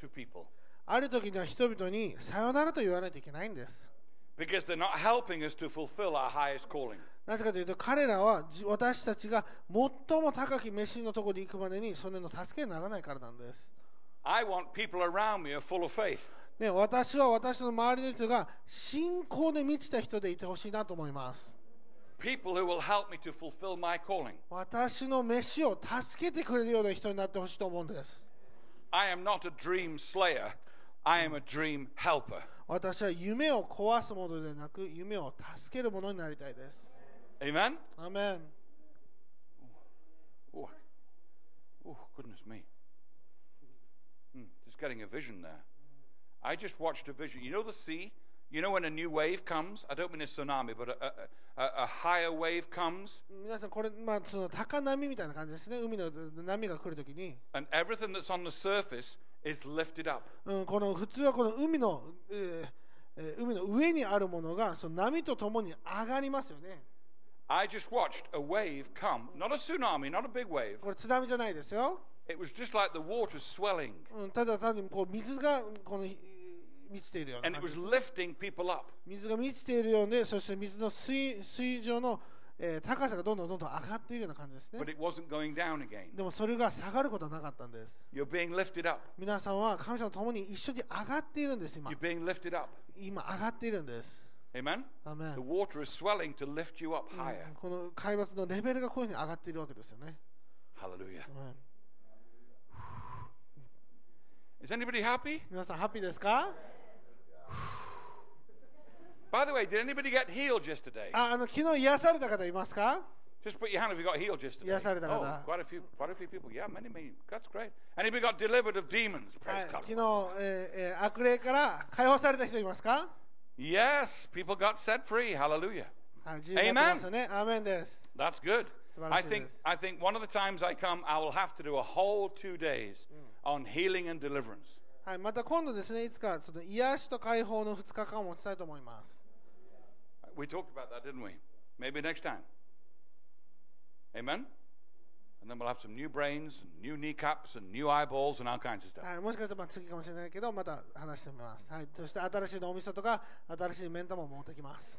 [SPEAKER 2] to people
[SPEAKER 3] ある時には人々にさよならと言わないといけないんです。
[SPEAKER 2] because they're not helping us to fulfill our highest calling.
[SPEAKER 3] なぜかというと彼らはじ私たちが最も高き飯のところに行くまでにそれの助けにならないからなんです。
[SPEAKER 2] I want people around me who are full of faith.
[SPEAKER 3] ね、私は私の周りの人が信仰で満ちた人でいてほしいなと思います。
[SPEAKER 2] People who will help me to fulfill my calling.
[SPEAKER 3] 私の飯を助けてくれるような人になってほしいと思うんです。
[SPEAKER 2] I am not a dream slayer, I am a dream helper.
[SPEAKER 3] 私は夢を壊すものでなく夢を助けるものになりたいです。
[SPEAKER 2] Amen?
[SPEAKER 3] アーメン。
[SPEAKER 2] Oh, oh goodness me. Hmm, just getting a vision there. I just watched a vision. You know the sea? You know when a new wave comes? I don't mean a tsunami, but a, a, a, a higher wave comes,
[SPEAKER 3] 皆さんこれ、まあ、その高波みたいな感じですね。海の波が来るときに。
[SPEAKER 2] and everything that's on the surface is lifted up.
[SPEAKER 3] うん、この普通はこの海の、えーえー海の上にあるものがその波とともに上がりますよね。
[SPEAKER 2] I just watched a wave come. Not a tsunami, not a big wave.
[SPEAKER 3] これ津波じゃないですよ。
[SPEAKER 2] It was just like the water swelling,
[SPEAKER 3] うん、ただ単にこう水がこのひ満ちているような
[SPEAKER 2] and
[SPEAKER 3] 感
[SPEAKER 2] it
[SPEAKER 3] じ
[SPEAKER 2] was lifting people up.
[SPEAKER 3] 水が満ちているようで、そして水の水水上の、えー高さがどんどんどんどん上がっているような感じですね
[SPEAKER 2] But。it wasn't going down again.
[SPEAKER 3] でもそれが下がることはなかったんです。
[SPEAKER 2] You're being lifted up.
[SPEAKER 3] 皆さんは神様と共に一緒に上がっているんです、今
[SPEAKER 2] You're。being lifted up.
[SPEAKER 3] 今上がっているんです。
[SPEAKER 2] Amen?
[SPEAKER 3] アーメン
[SPEAKER 2] The water is swelling to lift you up higher.
[SPEAKER 3] この海抜のレベルがこういうふうに上がっているわけですよね。
[SPEAKER 2] Hallelujah.
[SPEAKER 3] アーメン
[SPEAKER 2] Is anybody happy?
[SPEAKER 3] 皆さんハッピーですか
[SPEAKER 2] By the way, did anybody get healed yesterday?
[SPEAKER 3] ああの昨日癒された方いますか
[SPEAKER 2] Just put your hand if you got healed yesterday.
[SPEAKER 3] Yes, I did, I did.
[SPEAKER 2] Oh, quite a few, quite a few people. Yeah, many, many. That's great. Anybody got delivered of demons?
[SPEAKER 3] は
[SPEAKER 2] Praise
[SPEAKER 3] い、昨
[SPEAKER 2] God.
[SPEAKER 3] 日、えーえー悪霊から解放された人いますか
[SPEAKER 2] Yes, people got set free. Hallelujah.
[SPEAKER 3] はい、自由に
[SPEAKER 2] Amen.
[SPEAKER 3] なってましたね。アーメンです。
[SPEAKER 2] That's good.
[SPEAKER 3] 素晴
[SPEAKER 2] I
[SPEAKER 3] らしいで
[SPEAKER 2] think,
[SPEAKER 3] す。
[SPEAKER 2] I think one of the times I come, I will have to do a whole two days on healing and deliverance.
[SPEAKER 3] はい、また今度ですね、いつかちょっと癒しと解放の2日間を持ちたいと思います。
[SPEAKER 2] We talked about that, didn't we? Maybe next time. Amen? And then we'll have some new brains, and new kneecaps, and new eyeballs, and all kinds of stuff.
[SPEAKER 3] はい、もしかしたらまあ次かもしれないけど、また話してみます。はい、そして新しい脳みそとか、新しい目ん玉も持ってきます。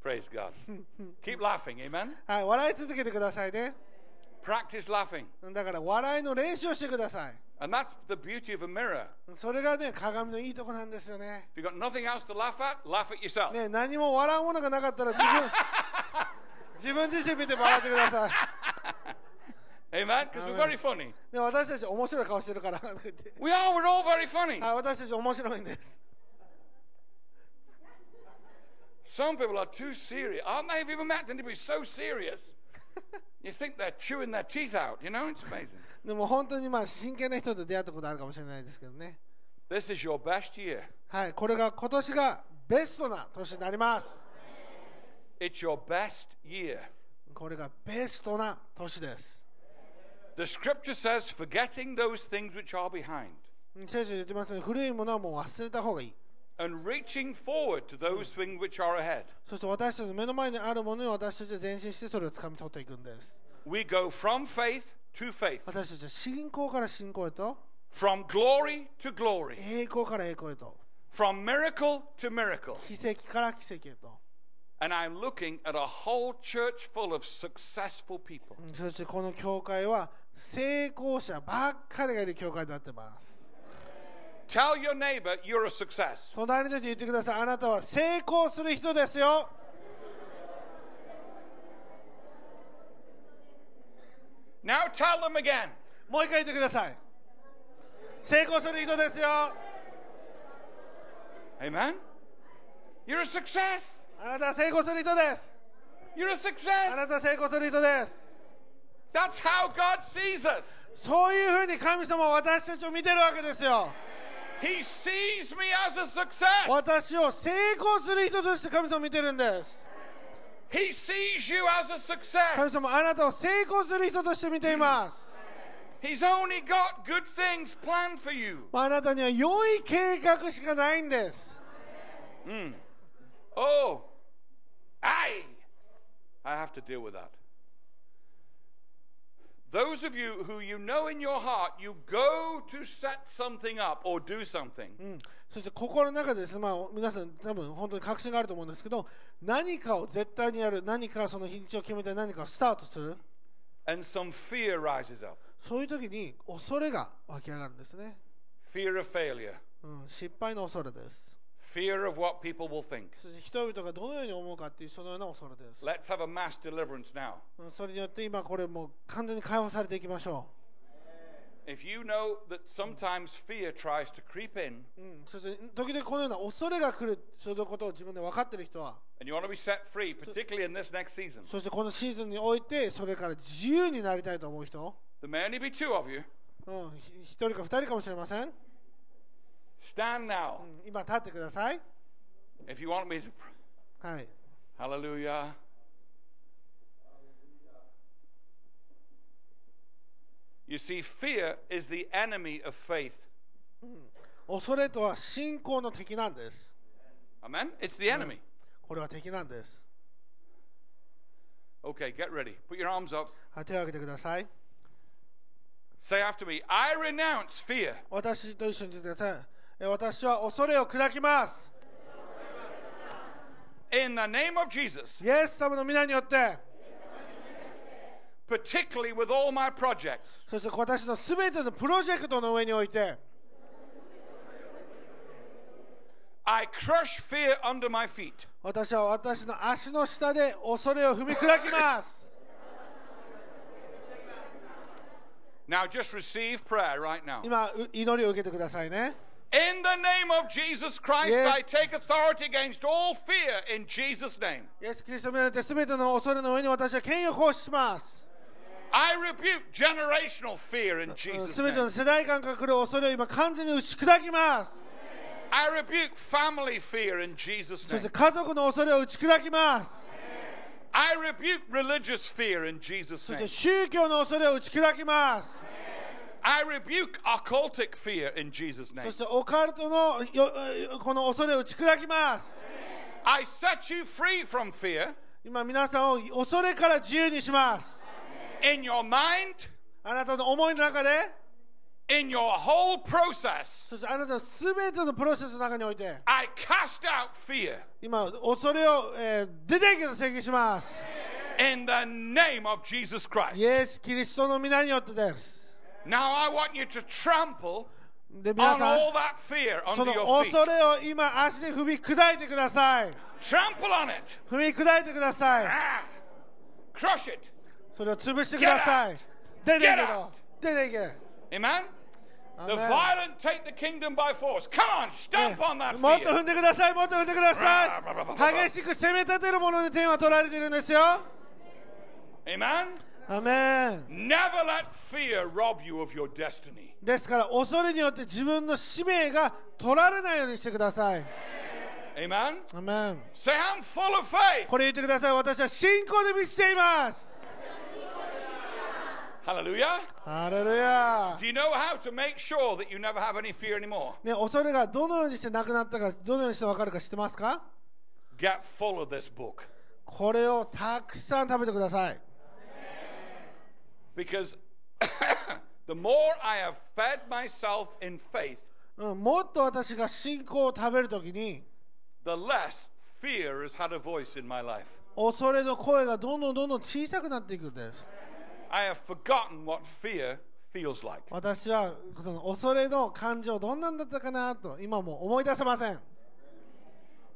[SPEAKER 2] Praise God. Keep laughing, amen?
[SPEAKER 3] はい、笑い続けてくださいね。
[SPEAKER 2] Practice laughing.
[SPEAKER 3] だから笑いの練習をしてください。
[SPEAKER 2] And that's the beauty of a mirror.
[SPEAKER 3] それがね、鏡のいいとこなんですよね。
[SPEAKER 2] If you've got nothing else to laugh at, laugh at yourself.
[SPEAKER 3] ね、何も笑うものがなかったら自分、自分自身見て笑ってください。
[SPEAKER 2] Amen? Because we're very funny.
[SPEAKER 3] ね、私たち面白い顔してるから、とか言って
[SPEAKER 2] We are, we're all very funny.
[SPEAKER 3] はい、私たち面白いんです。
[SPEAKER 2] Some people are too serious. Aren't they? Have you ever met anybody so serious? you think they're chewing their teeth out, you know? It's amazing.
[SPEAKER 3] でも本当にまあ真剣な人と出会ったことあるかもしれないですけどね。
[SPEAKER 2] This is your best year.
[SPEAKER 3] はい、これが今年がベストな年になります。
[SPEAKER 2] It's your best year.
[SPEAKER 3] これがベストな年です。
[SPEAKER 2] The scripture says, forgetting those things which are behind
[SPEAKER 3] 聖書に言ってますね、古いものはもう忘れた方がいい。
[SPEAKER 2] and reaching forward to those things which are ahead.
[SPEAKER 3] そして私たちの目の前にあるものに私たちは前進してそれを掴み取っていくんです。
[SPEAKER 2] We go from faith to faith,
[SPEAKER 3] 私たちは信仰から信仰へと、
[SPEAKER 2] from glory to glory,
[SPEAKER 3] 栄光から栄光へと、
[SPEAKER 2] from miracle to miracle.
[SPEAKER 3] 奇跡から奇跡へと。
[SPEAKER 2] And I'm looking at a whole church full of successful people.
[SPEAKER 3] うんそしてこの教会は成功者ばっかりがいる教会になってます。
[SPEAKER 2] Tell your neighbor you're a success.
[SPEAKER 3] 隣の人に言ってください。あなたは成功する人ですよ。
[SPEAKER 2] Now tell them again.
[SPEAKER 3] もう一回言ってください。成功する人ですよ。あ
[SPEAKER 2] Amen. You're a success.
[SPEAKER 3] なたは成功する人です。
[SPEAKER 2] You're a
[SPEAKER 3] あ
[SPEAKER 2] success.
[SPEAKER 3] なたは成功する人です。
[SPEAKER 2] That's how God sees us.
[SPEAKER 3] そういうふうに神様は私たちを見てるわけですよ。
[SPEAKER 2] He sees me as a success.
[SPEAKER 3] 私を成功する人として神様を見てるんです。
[SPEAKER 2] He sees you as a success.
[SPEAKER 3] 神様、あなたを成功する人として見ています。
[SPEAKER 2] He's only got good things planned for you.
[SPEAKER 3] あなたには良い計画しかないんです。
[SPEAKER 2] Mm. Oh, I, I have to deal with that. Those of you who you know in your heart, you go to set something up or do something.
[SPEAKER 3] うんそして心の中でです、まあ、皆さん多分本当に確信があると思うんですけど何かを絶対にやる何かその日にちを決めて何かをスタートする
[SPEAKER 2] and some fear rises up
[SPEAKER 3] そういう時に恐れが湧き上がるんですね、
[SPEAKER 2] fear of failure
[SPEAKER 3] うん、失敗の恐れです
[SPEAKER 2] fear of what people will think
[SPEAKER 3] そして人々がどのように思うかっていうそのような恐れです、
[SPEAKER 2] let's have a mass deliverance now
[SPEAKER 3] うん、それによって今これもう完全に解放されていきましょ
[SPEAKER 2] if you know that sometimes fear tries to creep in
[SPEAKER 3] う、うん、そして時々このような恐れが来るそういうことを自分で分かってる人は
[SPEAKER 2] and you want to be set free particularly in this next season
[SPEAKER 3] そしてこのシーズンにおいてそれから自由になりたいと思う人、
[SPEAKER 2] there may only be two of you
[SPEAKER 3] うん、ひ一人か二人かもしれません
[SPEAKER 2] stand now
[SPEAKER 3] うん今立ってください。
[SPEAKER 2] if you want me to pr-
[SPEAKER 3] はい。
[SPEAKER 2] hallelujah you see fear is the enemy of faith
[SPEAKER 3] 恐れとは信仰の敵なんです。
[SPEAKER 2] amen it's the enemy
[SPEAKER 3] これは敵なんです。
[SPEAKER 2] okay get ready put your arms up
[SPEAKER 3] はい、手を挙げてください。
[SPEAKER 2] Say after me, I renounce fear.
[SPEAKER 3] 私と一緒に言ってください。え私は恐れを砕きます。
[SPEAKER 2] In the name of Jesus,
[SPEAKER 3] イエス様の皆によって、
[SPEAKER 2] particularly with all my projects,
[SPEAKER 3] そして私のすべてのプロジェクトの上において、
[SPEAKER 2] I crush fear under my feet.
[SPEAKER 3] 私は私の足の下で恐れを踏み砕きます。
[SPEAKER 2] Now just receive prayer right now.
[SPEAKER 3] 今、う祈りを受けてくださいね。
[SPEAKER 2] In the name of Jesus Christ,
[SPEAKER 3] Yes.
[SPEAKER 2] I take authority against all fear in Jesus' name.
[SPEAKER 3] イエス・キリストの皆によってすべての恐れの上に私は権威を行使します。
[SPEAKER 2] I rebuke generational fear in
[SPEAKER 3] す
[SPEAKER 2] Jesus'
[SPEAKER 3] べて
[SPEAKER 2] name.
[SPEAKER 3] の世代間から来る恐れを今完全に打ち砕きます。
[SPEAKER 2] I rebuke family fear in Jesus'
[SPEAKER 3] そ
[SPEAKER 2] name.
[SPEAKER 3] して家族の恐れを打ち砕きます
[SPEAKER 2] I rebuke religious fear in Jesus'
[SPEAKER 3] そして
[SPEAKER 2] name.
[SPEAKER 3] 宗教の恐れを打ち砕きます
[SPEAKER 2] I rebuke occultic fear in Jesus'
[SPEAKER 3] そ
[SPEAKER 2] name.
[SPEAKER 3] してオカルトのよこの恐れを打ち砕きます
[SPEAKER 2] I set you free from fear
[SPEAKER 3] 今皆さんを恐れから自由にします
[SPEAKER 2] in your mind,
[SPEAKER 3] あなたの思いの中で
[SPEAKER 2] in your whole process.
[SPEAKER 3] そしてあなたの全てのプロセスの中において
[SPEAKER 2] I cast out fear
[SPEAKER 3] 今恐れを、えー出ていけと宣言します
[SPEAKER 2] in the name of Jesus
[SPEAKER 3] イ
[SPEAKER 2] Christ.
[SPEAKER 3] エス・キリストの皆によってです
[SPEAKER 2] Now I want you to trample
[SPEAKER 3] で皆
[SPEAKER 2] on
[SPEAKER 3] さん
[SPEAKER 2] all that fear
[SPEAKER 3] そ
[SPEAKER 2] under
[SPEAKER 3] の
[SPEAKER 2] your
[SPEAKER 3] 恐
[SPEAKER 2] feet.
[SPEAKER 3] れを今足で踏み砕いてください
[SPEAKER 2] Trample on it.
[SPEAKER 3] 踏み砕いてください
[SPEAKER 2] Ah, crush it.
[SPEAKER 3] それを潰してください出ていけと出ていけ
[SPEAKER 2] Amen?
[SPEAKER 3] ア
[SPEAKER 2] The
[SPEAKER 3] ーメン
[SPEAKER 2] violent take the kingdom by force. Come on, stamp
[SPEAKER 3] ね
[SPEAKER 2] on that
[SPEAKER 3] もっと
[SPEAKER 2] fear.
[SPEAKER 3] 踏んでくださいもっと踏んでくださ
[SPEAKER 2] ブラブラブラブラブラ
[SPEAKER 3] い激しく攻め立てるものに点は取られているんですよ
[SPEAKER 2] Amen?
[SPEAKER 3] アーメン
[SPEAKER 2] Never let fear rob you of your destiny.
[SPEAKER 3] ですから恐れによって自分の使命が取られないようにしてください
[SPEAKER 2] Amen?
[SPEAKER 3] アーメン
[SPEAKER 2] Say, I'm full of faith.
[SPEAKER 3] これ言ってください私は信仰で満ちています
[SPEAKER 2] Hallelujah.
[SPEAKER 3] ハレルヤ
[SPEAKER 2] Do you know how to make sure that you never have any fear anymore?
[SPEAKER 3] ね、恐れがどのようにしてなくなったかどのようにして分かるか知ってますか
[SPEAKER 2] Get full of this book.
[SPEAKER 3] これをたくさん食べてください
[SPEAKER 2] Because the more I have fed myself in faith,
[SPEAKER 3] うん、もっと私が信仰を食べるときに
[SPEAKER 2] the less fear has had a voice in my life.
[SPEAKER 3] 恐れの声がどんどんどんどん小さくなっていくんです
[SPEAKER 2] I have forgotten what fear feels like.
[SPEAKER 3] 私はその恐れの感情どんなんだったかなと今もう思い出せません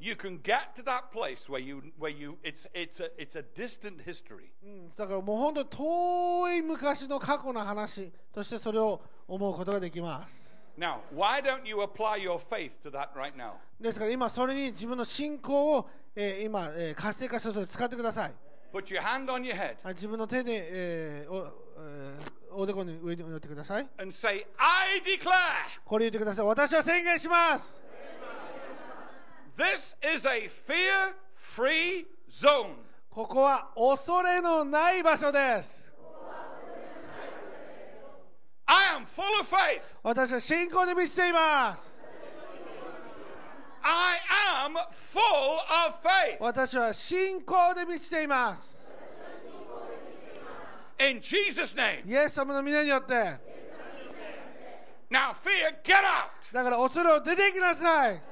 [SPEAKER 2] You can get to that place where you where you it's it's a it's a distant history.
[SPEAKER 3] うんだからもう本当に遠い昔の過去の話としてそれを思うことができます
[SPEAKER 2] Now, why don't you apply your faith to that right now?
[SPEAKER 3] ですから今それに自分の信仰を、えー今、えー活性化したと使ってください
[SPEAKER 2] Put your hand on your head
[SPEAKER 3] はい自分の手で、えーおえーおでこに上に置いてください
[SPEAKER 2] and say, "I declare,
[SPEAKER 3] これ言ってください私は宣言します
[SPEAKER 2] this is a fear-free zone.
[SPEAKER 3] ここは恐れのない場所です
[SPEAKER 2] I am full of faith.
[SPEAKER 3] 私は信仰で満ちています
[SPEAKER 2] I am full of faith
[SPEAKER 3] 私は信仰で満ちています
[SPEAKER 2] in Jesus' name."
[SPEAKER 3] イエス様の皆によって
[SPEAKER 2] Now, fear, get out
[SPEAKER 3] だから恐れを出ていきなさい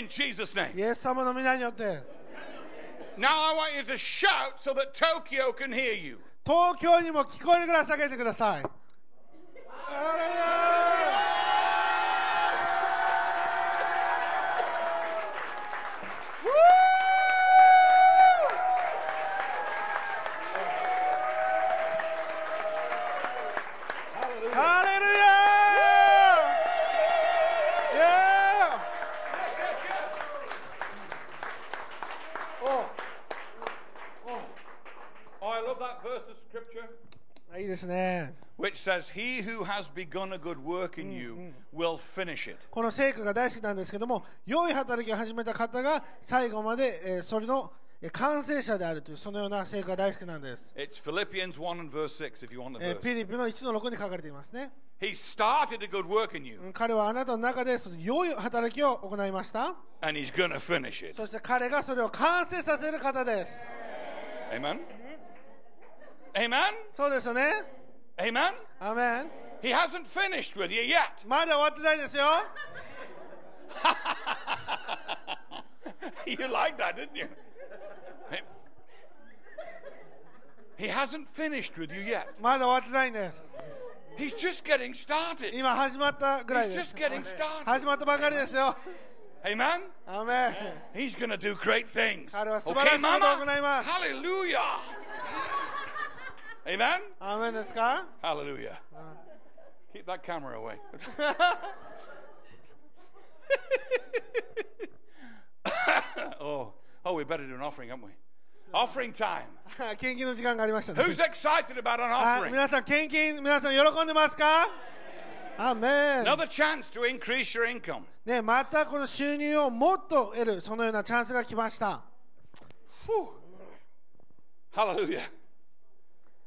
[SPEAKER 2] in Jesus'
[SPEAKER 3] イ
[SPEAKER 2] name.
[SPEAKER 3] エス様の皆によって
[SPEAKER 2] Now, I want you to shout so that Tokyo can hear you.
[SPEAKER 3] 東京にも聞こえるぐらい叫んでくださいアレルヤ
[SPEAKER 2] Hallelujah.
[SPEAKER 3] ハレルヤイエーイ
[SPEAKER 2] Oh. Oh. Oh, I love that verse of scripture
[SPEAKER 3] あいいですね
[SPEAKER 2] which says, He who has begun a good work in you will finish it.
[SPEAKER 3] この聖句が大好きなんですけども良い働きを始めた方が最後まで、えーそれのえー完成者であるというそのような聖句が大好きなんです、
[SPEAKER 2] It's Philippians 1 and verse 6, if you want the
[SPEAKER 3] えー
[SPEAKER 2] verse.
[SPEAKER 3] ピリピの1の6に書かれていますね
[SPEAKER 2] He started a good work in you,
[SPEAKER 3] 彼はあなたの中でその良い働きを行いました
[SPEAKER 2] and he's going to finish it.
[SPEAKER 3] そして彼がそれを完成させる方です
[SPEAKER 2] Amen? Amen?
[SPEAKER 3] そうですよね
[SPEAKER 2] Amen?
[SPEAKER 3] アメン
[SPEAKER 2] He hasn't finished with you yet.
[SPEAKER 3] まだ終わってないですよ
[SPEAKER 2] you liked that, didn't you? He hasn't finished with you yet.
[SPEAKER 3] まだ終わってないんです
[SPEAKER 2] He's just getting started.
[SPEAKER 3] 今始まったぐらい
[SPEAKER 2] He's
[SPEAKER 3] です
[SPEAKER 2] just getting started.
[SPEAKER 3] 始まったばかりですよ
[SPEAKER 2] Amen.
[SPEAKER 3] アメン
[SPEAKER 2] He's going to do great things.
[SPEAKER 3] 彼は素晴らしいことを
[SPEAKER 2] Mama?
[SPEAKER 3] 行います。
[SPEAKER 2] Hallelujah. Amen.
[SPEAKER 3] アメンですか
[SPEAKER 2] Hallelujah. Keep that camera away. oh, oh, we better do an offering, haven't we? Offering time.
[SPEAKER 3] 献金 の時間がありましたね
[SPEAKER 2] Uh, Who's excited about an
[SPEAKER 3] あ
[SPEAKER 2] offering?
[SPEAKER 3] 皆さん、献金、皆さん喜んでますかアーメン
[SPEAKER 2] Another chance to increase your income.
[SPEAKER 3] ね、またこの収入をもっと得る、そのようなチャンスが来ました。
[SPEAKER 2] Whew. Hallelujah.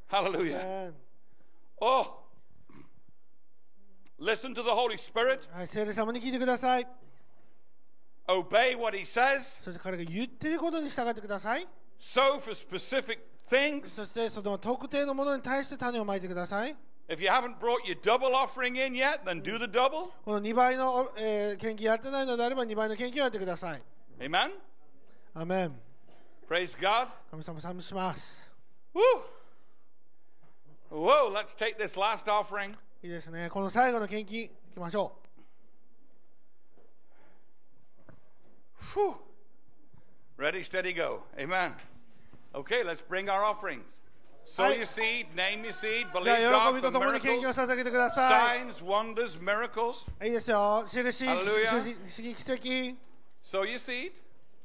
[SPEAKER 3] ア
[SPEAKER 2] Hallelujah.
[SPEAKER 3] ーメン
[SPEAKER 2] Oh. Listen to the Holy Spirit.
[SPEAKER 3] はい、聖霊様に聞いてください。
[SPEAKER 2] Obey what He says.
[SPEAKER 3] そして彼が言ってることに従ってください。
[SPEAKER 2] Sow for specific things.
[SPEAKER 3] そしてその特定のものに対して種をまいてください。
[SPEAKER 2] If you haven't brought your double offering in yet, then do the double.
[SPEAKER 3] この2倍の、えー献金やってないのであれば2倍の献金をやってください。
[SPEAKER 2] Amen.
[SPEAKER 3] アーメン。
[SPEAKER 2] Praise God.
[SPEAKER 3] 神様賛美します。
[SPEAKER 2] Woo. Whoa, let's take this last offering.
[SPEAKER 3] いいですね。この最後の献金、いきましょ
[SPEAKER 2] Whew. Ready, steady, go. Amen. Okay, let's bring our offerings. Sow
[SPEAKER 3] Aye.
[SPEAKER 2] your seed, name your seed,
[SPEAKER 3] う。
[SPEAKER 2] believe
[SPEAKER 3] じゃあ、
[SPEAKER 2] God
[SPEAKER 3] 喜びと
[SPEAKER 2] for
[SPEAKER 3] ともに献金を
[SPEAKER 2] miracles,
[SPEAKER 3] 捧げてくださ
[SPEAKER 2] signs, wonders, miracles.
[SPEAKER 3] い。いいですよ。印、
[SPEAKER 2] Hallelujah.
[SPEAKER 3] 印奇跡。
[SPEAKER 2] Sow your seed.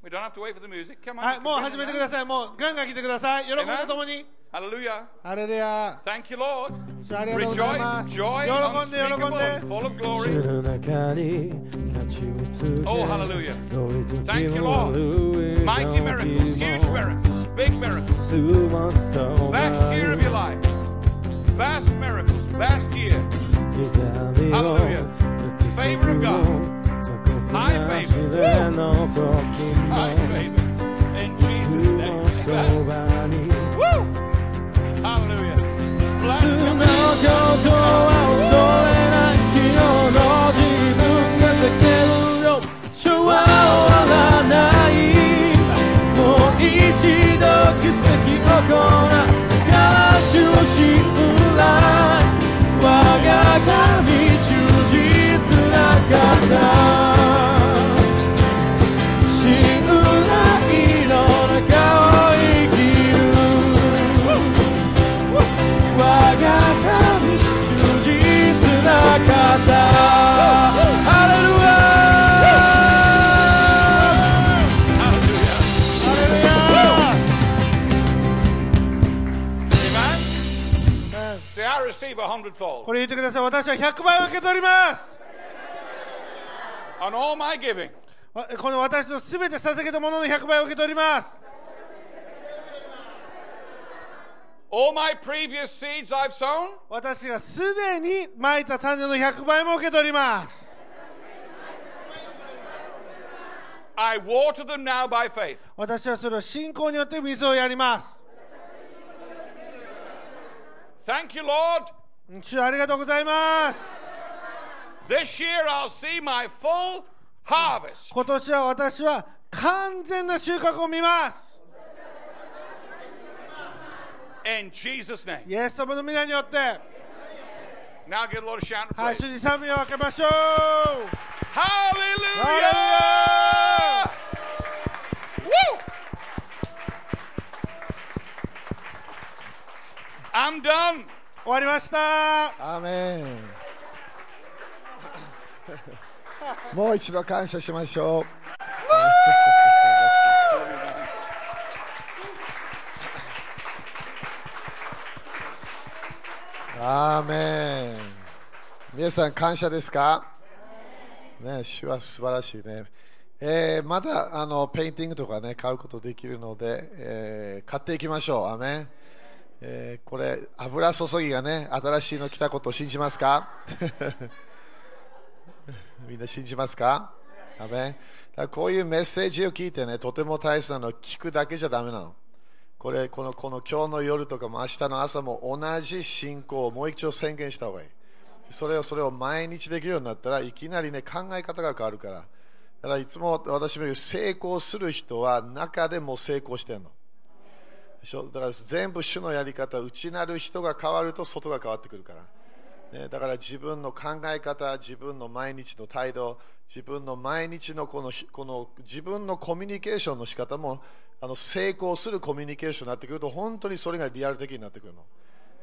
[SPEAKER 2] We don't have to wait for the music. Come on.
[SPEAKER 3] は
[SPEAKER 2] you
[SPEAKER 3] い、
[SPEAKER 2] can
[SPEAKER 3] もう
[SPEAKER 2] bring
[SPEAKER 3] 始
[SPEAKER 2] them
[SPEAKER 3] めて
[SPEAKER 2] now.
[SPEAKER 3] ください。もうガンガン来てください。喜びとともに。
[SPEAKER 2] Hallelujah.
[SPEAKER 3] アレルヤ。
[SPEAKER 2] Thank you, Lord.
[SPEAKER 3] ありがとうございま
[SPEAKER 2] Rejoice,
[SPEAKER 3] す。喜
[SPEAKER 2] joy,
[SPEAKER 3] んで
[SPEAKER 2] unspeakable,
[SPEAKER 3] 喜
[SPEAKER 2] and
[SPEAKER 3] んで。
[SPEAKER 2] full of
[SPEAKER 4] 主
[SPEAKER 2] glory.
[SPEAKER 4] の中に立ち見つけ
[SPEAKER 2] Oh, hallelujah.
[SPEAKER 4] glory to
[SPEAKER 2] Thank you,
[SPEAKER 4] him,
[SPEAKER 2] Lord.
[SPEAKER 4] hallelujah.
[SPEAKER 2] Mighty miracles, huge miracles, big miracles.
[SPEAKER 4] To my soul,
[SPEAKER 2] Best year of your life. Best miracles, best year.
[SPEAKER 4] 痛みを
[SPEAKER 2] Hallelujah.
[SPEAKER 4] 約
[SPEAKER 2] Favor of
[SPEAKER 4] 束
[SPEAKER 2] God.
[SPEAKER 4] を過酷
[SPEAKER 2] High
[SPEAKER 4] な
[SPEAKER 2] favor.
[SPEAKER 4] 試練の時
[SPEAKER 2] High
[SPEAKER 4] も
[SPEAKER 2] favor. In
[SPEAKER 4] 主
[SPEAKER 2] Jesus'
[SPEAKER 4] の
[SPEAKER 2] name.
[SPEAKER 4] そ
[SPEAKER 2] Amen.
[SPEAKER 4] ばに
[SPEAKER 2] Woo! Hallelujah.
[SPEAKER 4] 主の
[SPEAKER 2] Bless
[SPEAKER 4] ことは恐れない昨日の自分が叫ぶよしょわらないもう一度奇跡を行うから主を信頼我が神忠実な方信頼の中を生きる我が神忠実な方ハレルヤ
[SPEAKER 2] Hallelujah.
[SPEAKER 3] ア
[SPEAKER 2] Amen.
[SPEAKER 3] レルヤ
[SPEAKER 2] Say, I receive a hundredfold
[SPEAKER 3] これ言ってください。私は100倍を受け取ります。
[SPEAKER 2] on all my giving.
[SPEAKER 3] わこの私のすべて捧げたものの100倍を受け取ります。
[SPEAKER 2] All my previous seeds I've sown,
[SPEAKER 3] 私がすでに蒔いた種の100倍も受け取ります。
[SPEAKER 2] I water them now by faith.
[SPEAKER 3] 私はそれを信仰によって水をやります。
[SPEAKER 2] Thank you, Lord.
[SPEAKER 3] 主ありがとうございます。
[SPEAKER 2] This year I'll see my full harvest.
[SPEAKER 3] 今年は私は完全な収穫を見ます。
[SPEAKER 2] In Jesus' name.
[SPEAKER 3] イエス様の皆によって、
[SPEAKER 2] Now give the Lord a shout. and
[SPEAKER 3] はい、
[SPEAKER 2] praise.
[SPEAKER 3] 主に賛美を分けましょう。
[SPEAKER 2] Hallelujah! Woo! I'm done.
[SPEAKER 3] 終わりました。
[SPEAKER 1] アーメン もう一度感謝しましょう。アーメン皆さん感謝ですかね、主は素晴らしいね。えーまだあのペインティングとかね、買うことできるので、えー買っていきましょう。アーメン。えーこれ、油注ぎがね、新しいの来たことを信じますか みんな信じますかアーメン。だからこういうメッセージを聞いてね、とても大切なのは聞くだけじゃダメなの。これこのこの今日の夜とかも明日の朝も同じ信仰をもう一度宣言した方がいいそれをそれを毎日できるようになったらいきなりね考え方が変わるからだからいつも私も言う成功する人は中でも成功してるのでしょだから全部主のやり方内なる人が変わると外が変わってくるから、ね、だから自分の考え方自分の毎日の態度自分の毎日のこのひこの自分のコミュニケーションの仕方もあの成功するコミュニケーションになってくると本当にそれがリアル的になってくるの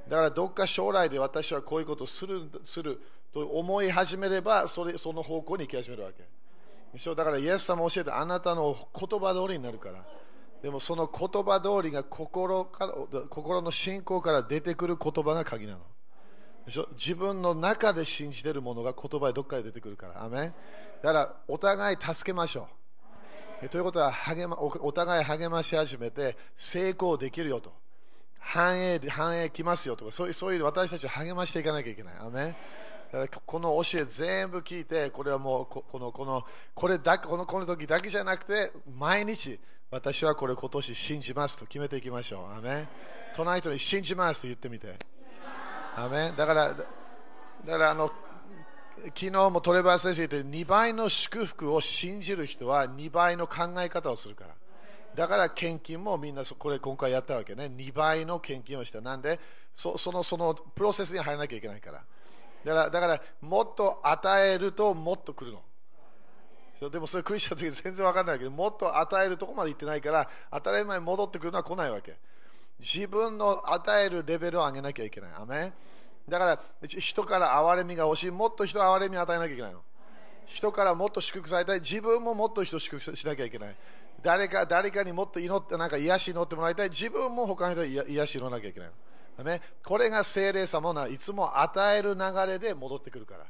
[SPEAKER 1] だからどっか将来で私はこういうことをするすると思い始めればそれその方向に行き始めるわけでしょだからイエス様教えてあなたの言葉通りになるからでもその言葉通りが心から心の信仰から出てくる言葉が鍵なのでしょ自分の中で信じてるものが言葉でどっかで出てくるから。アーメンだからお互い助けましょう。えということは励、ま、おお互い励まし始めて成功できるよと。繁栄で、繁栄来ますよとか、そういう、そういう私たちを励ましていかなきゃいけない。アーメンだからここの教え全部聞いて、これはもうこ、この、この、これだけ、この、この時だけじゃなくて、毎日、私はこれ今年信じますと決めていきましょう。アーメントナイトに信じますと言ってみて。アーメンだから、だだからあの、昨日もトレバー先生言って2倍の祝福を信じる人は2倍の考え方をするから。だから献金もみんなそこれ今回やったわけね。2倍の献金をした。なんでそその、そのプロセスに入らなきゃいけないから。だから、だからもっと与えるともっと来るの。そうでもそれクリスチャンの時全然わかんないけど、もっと与えるとこまで行ってないから、当たり前に戻ってくるのは来ないわけ。自分の与えるレベルを上げなきゃいけない。アメンだから、じ人から憐れみが欲しい。もっと人憐れみを与えなきゃいけないの。人からもっと祝福されたい。自分ももっと人を祝福しなきゃいけない。誰か、誰かにもっと祈って、なんか癒し祈ってもらいたい。自分も他の人に癒癒し祈らなきゃいけないの。アメンこれが精霊様な、いつも与える流れで戻ってくるから。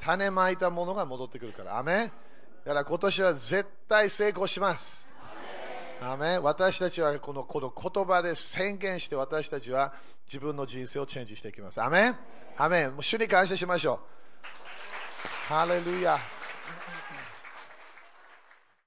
[SPEAKER 1] 種まいたものが戻ってくるから。アメンだから今年は絶対成功します。アーメン私たちはこのこの言葉で宣言して私たちは自分の人生をチェンジしていきます。アーメンアーメンもう主に感謝しましょう。ハレルヤ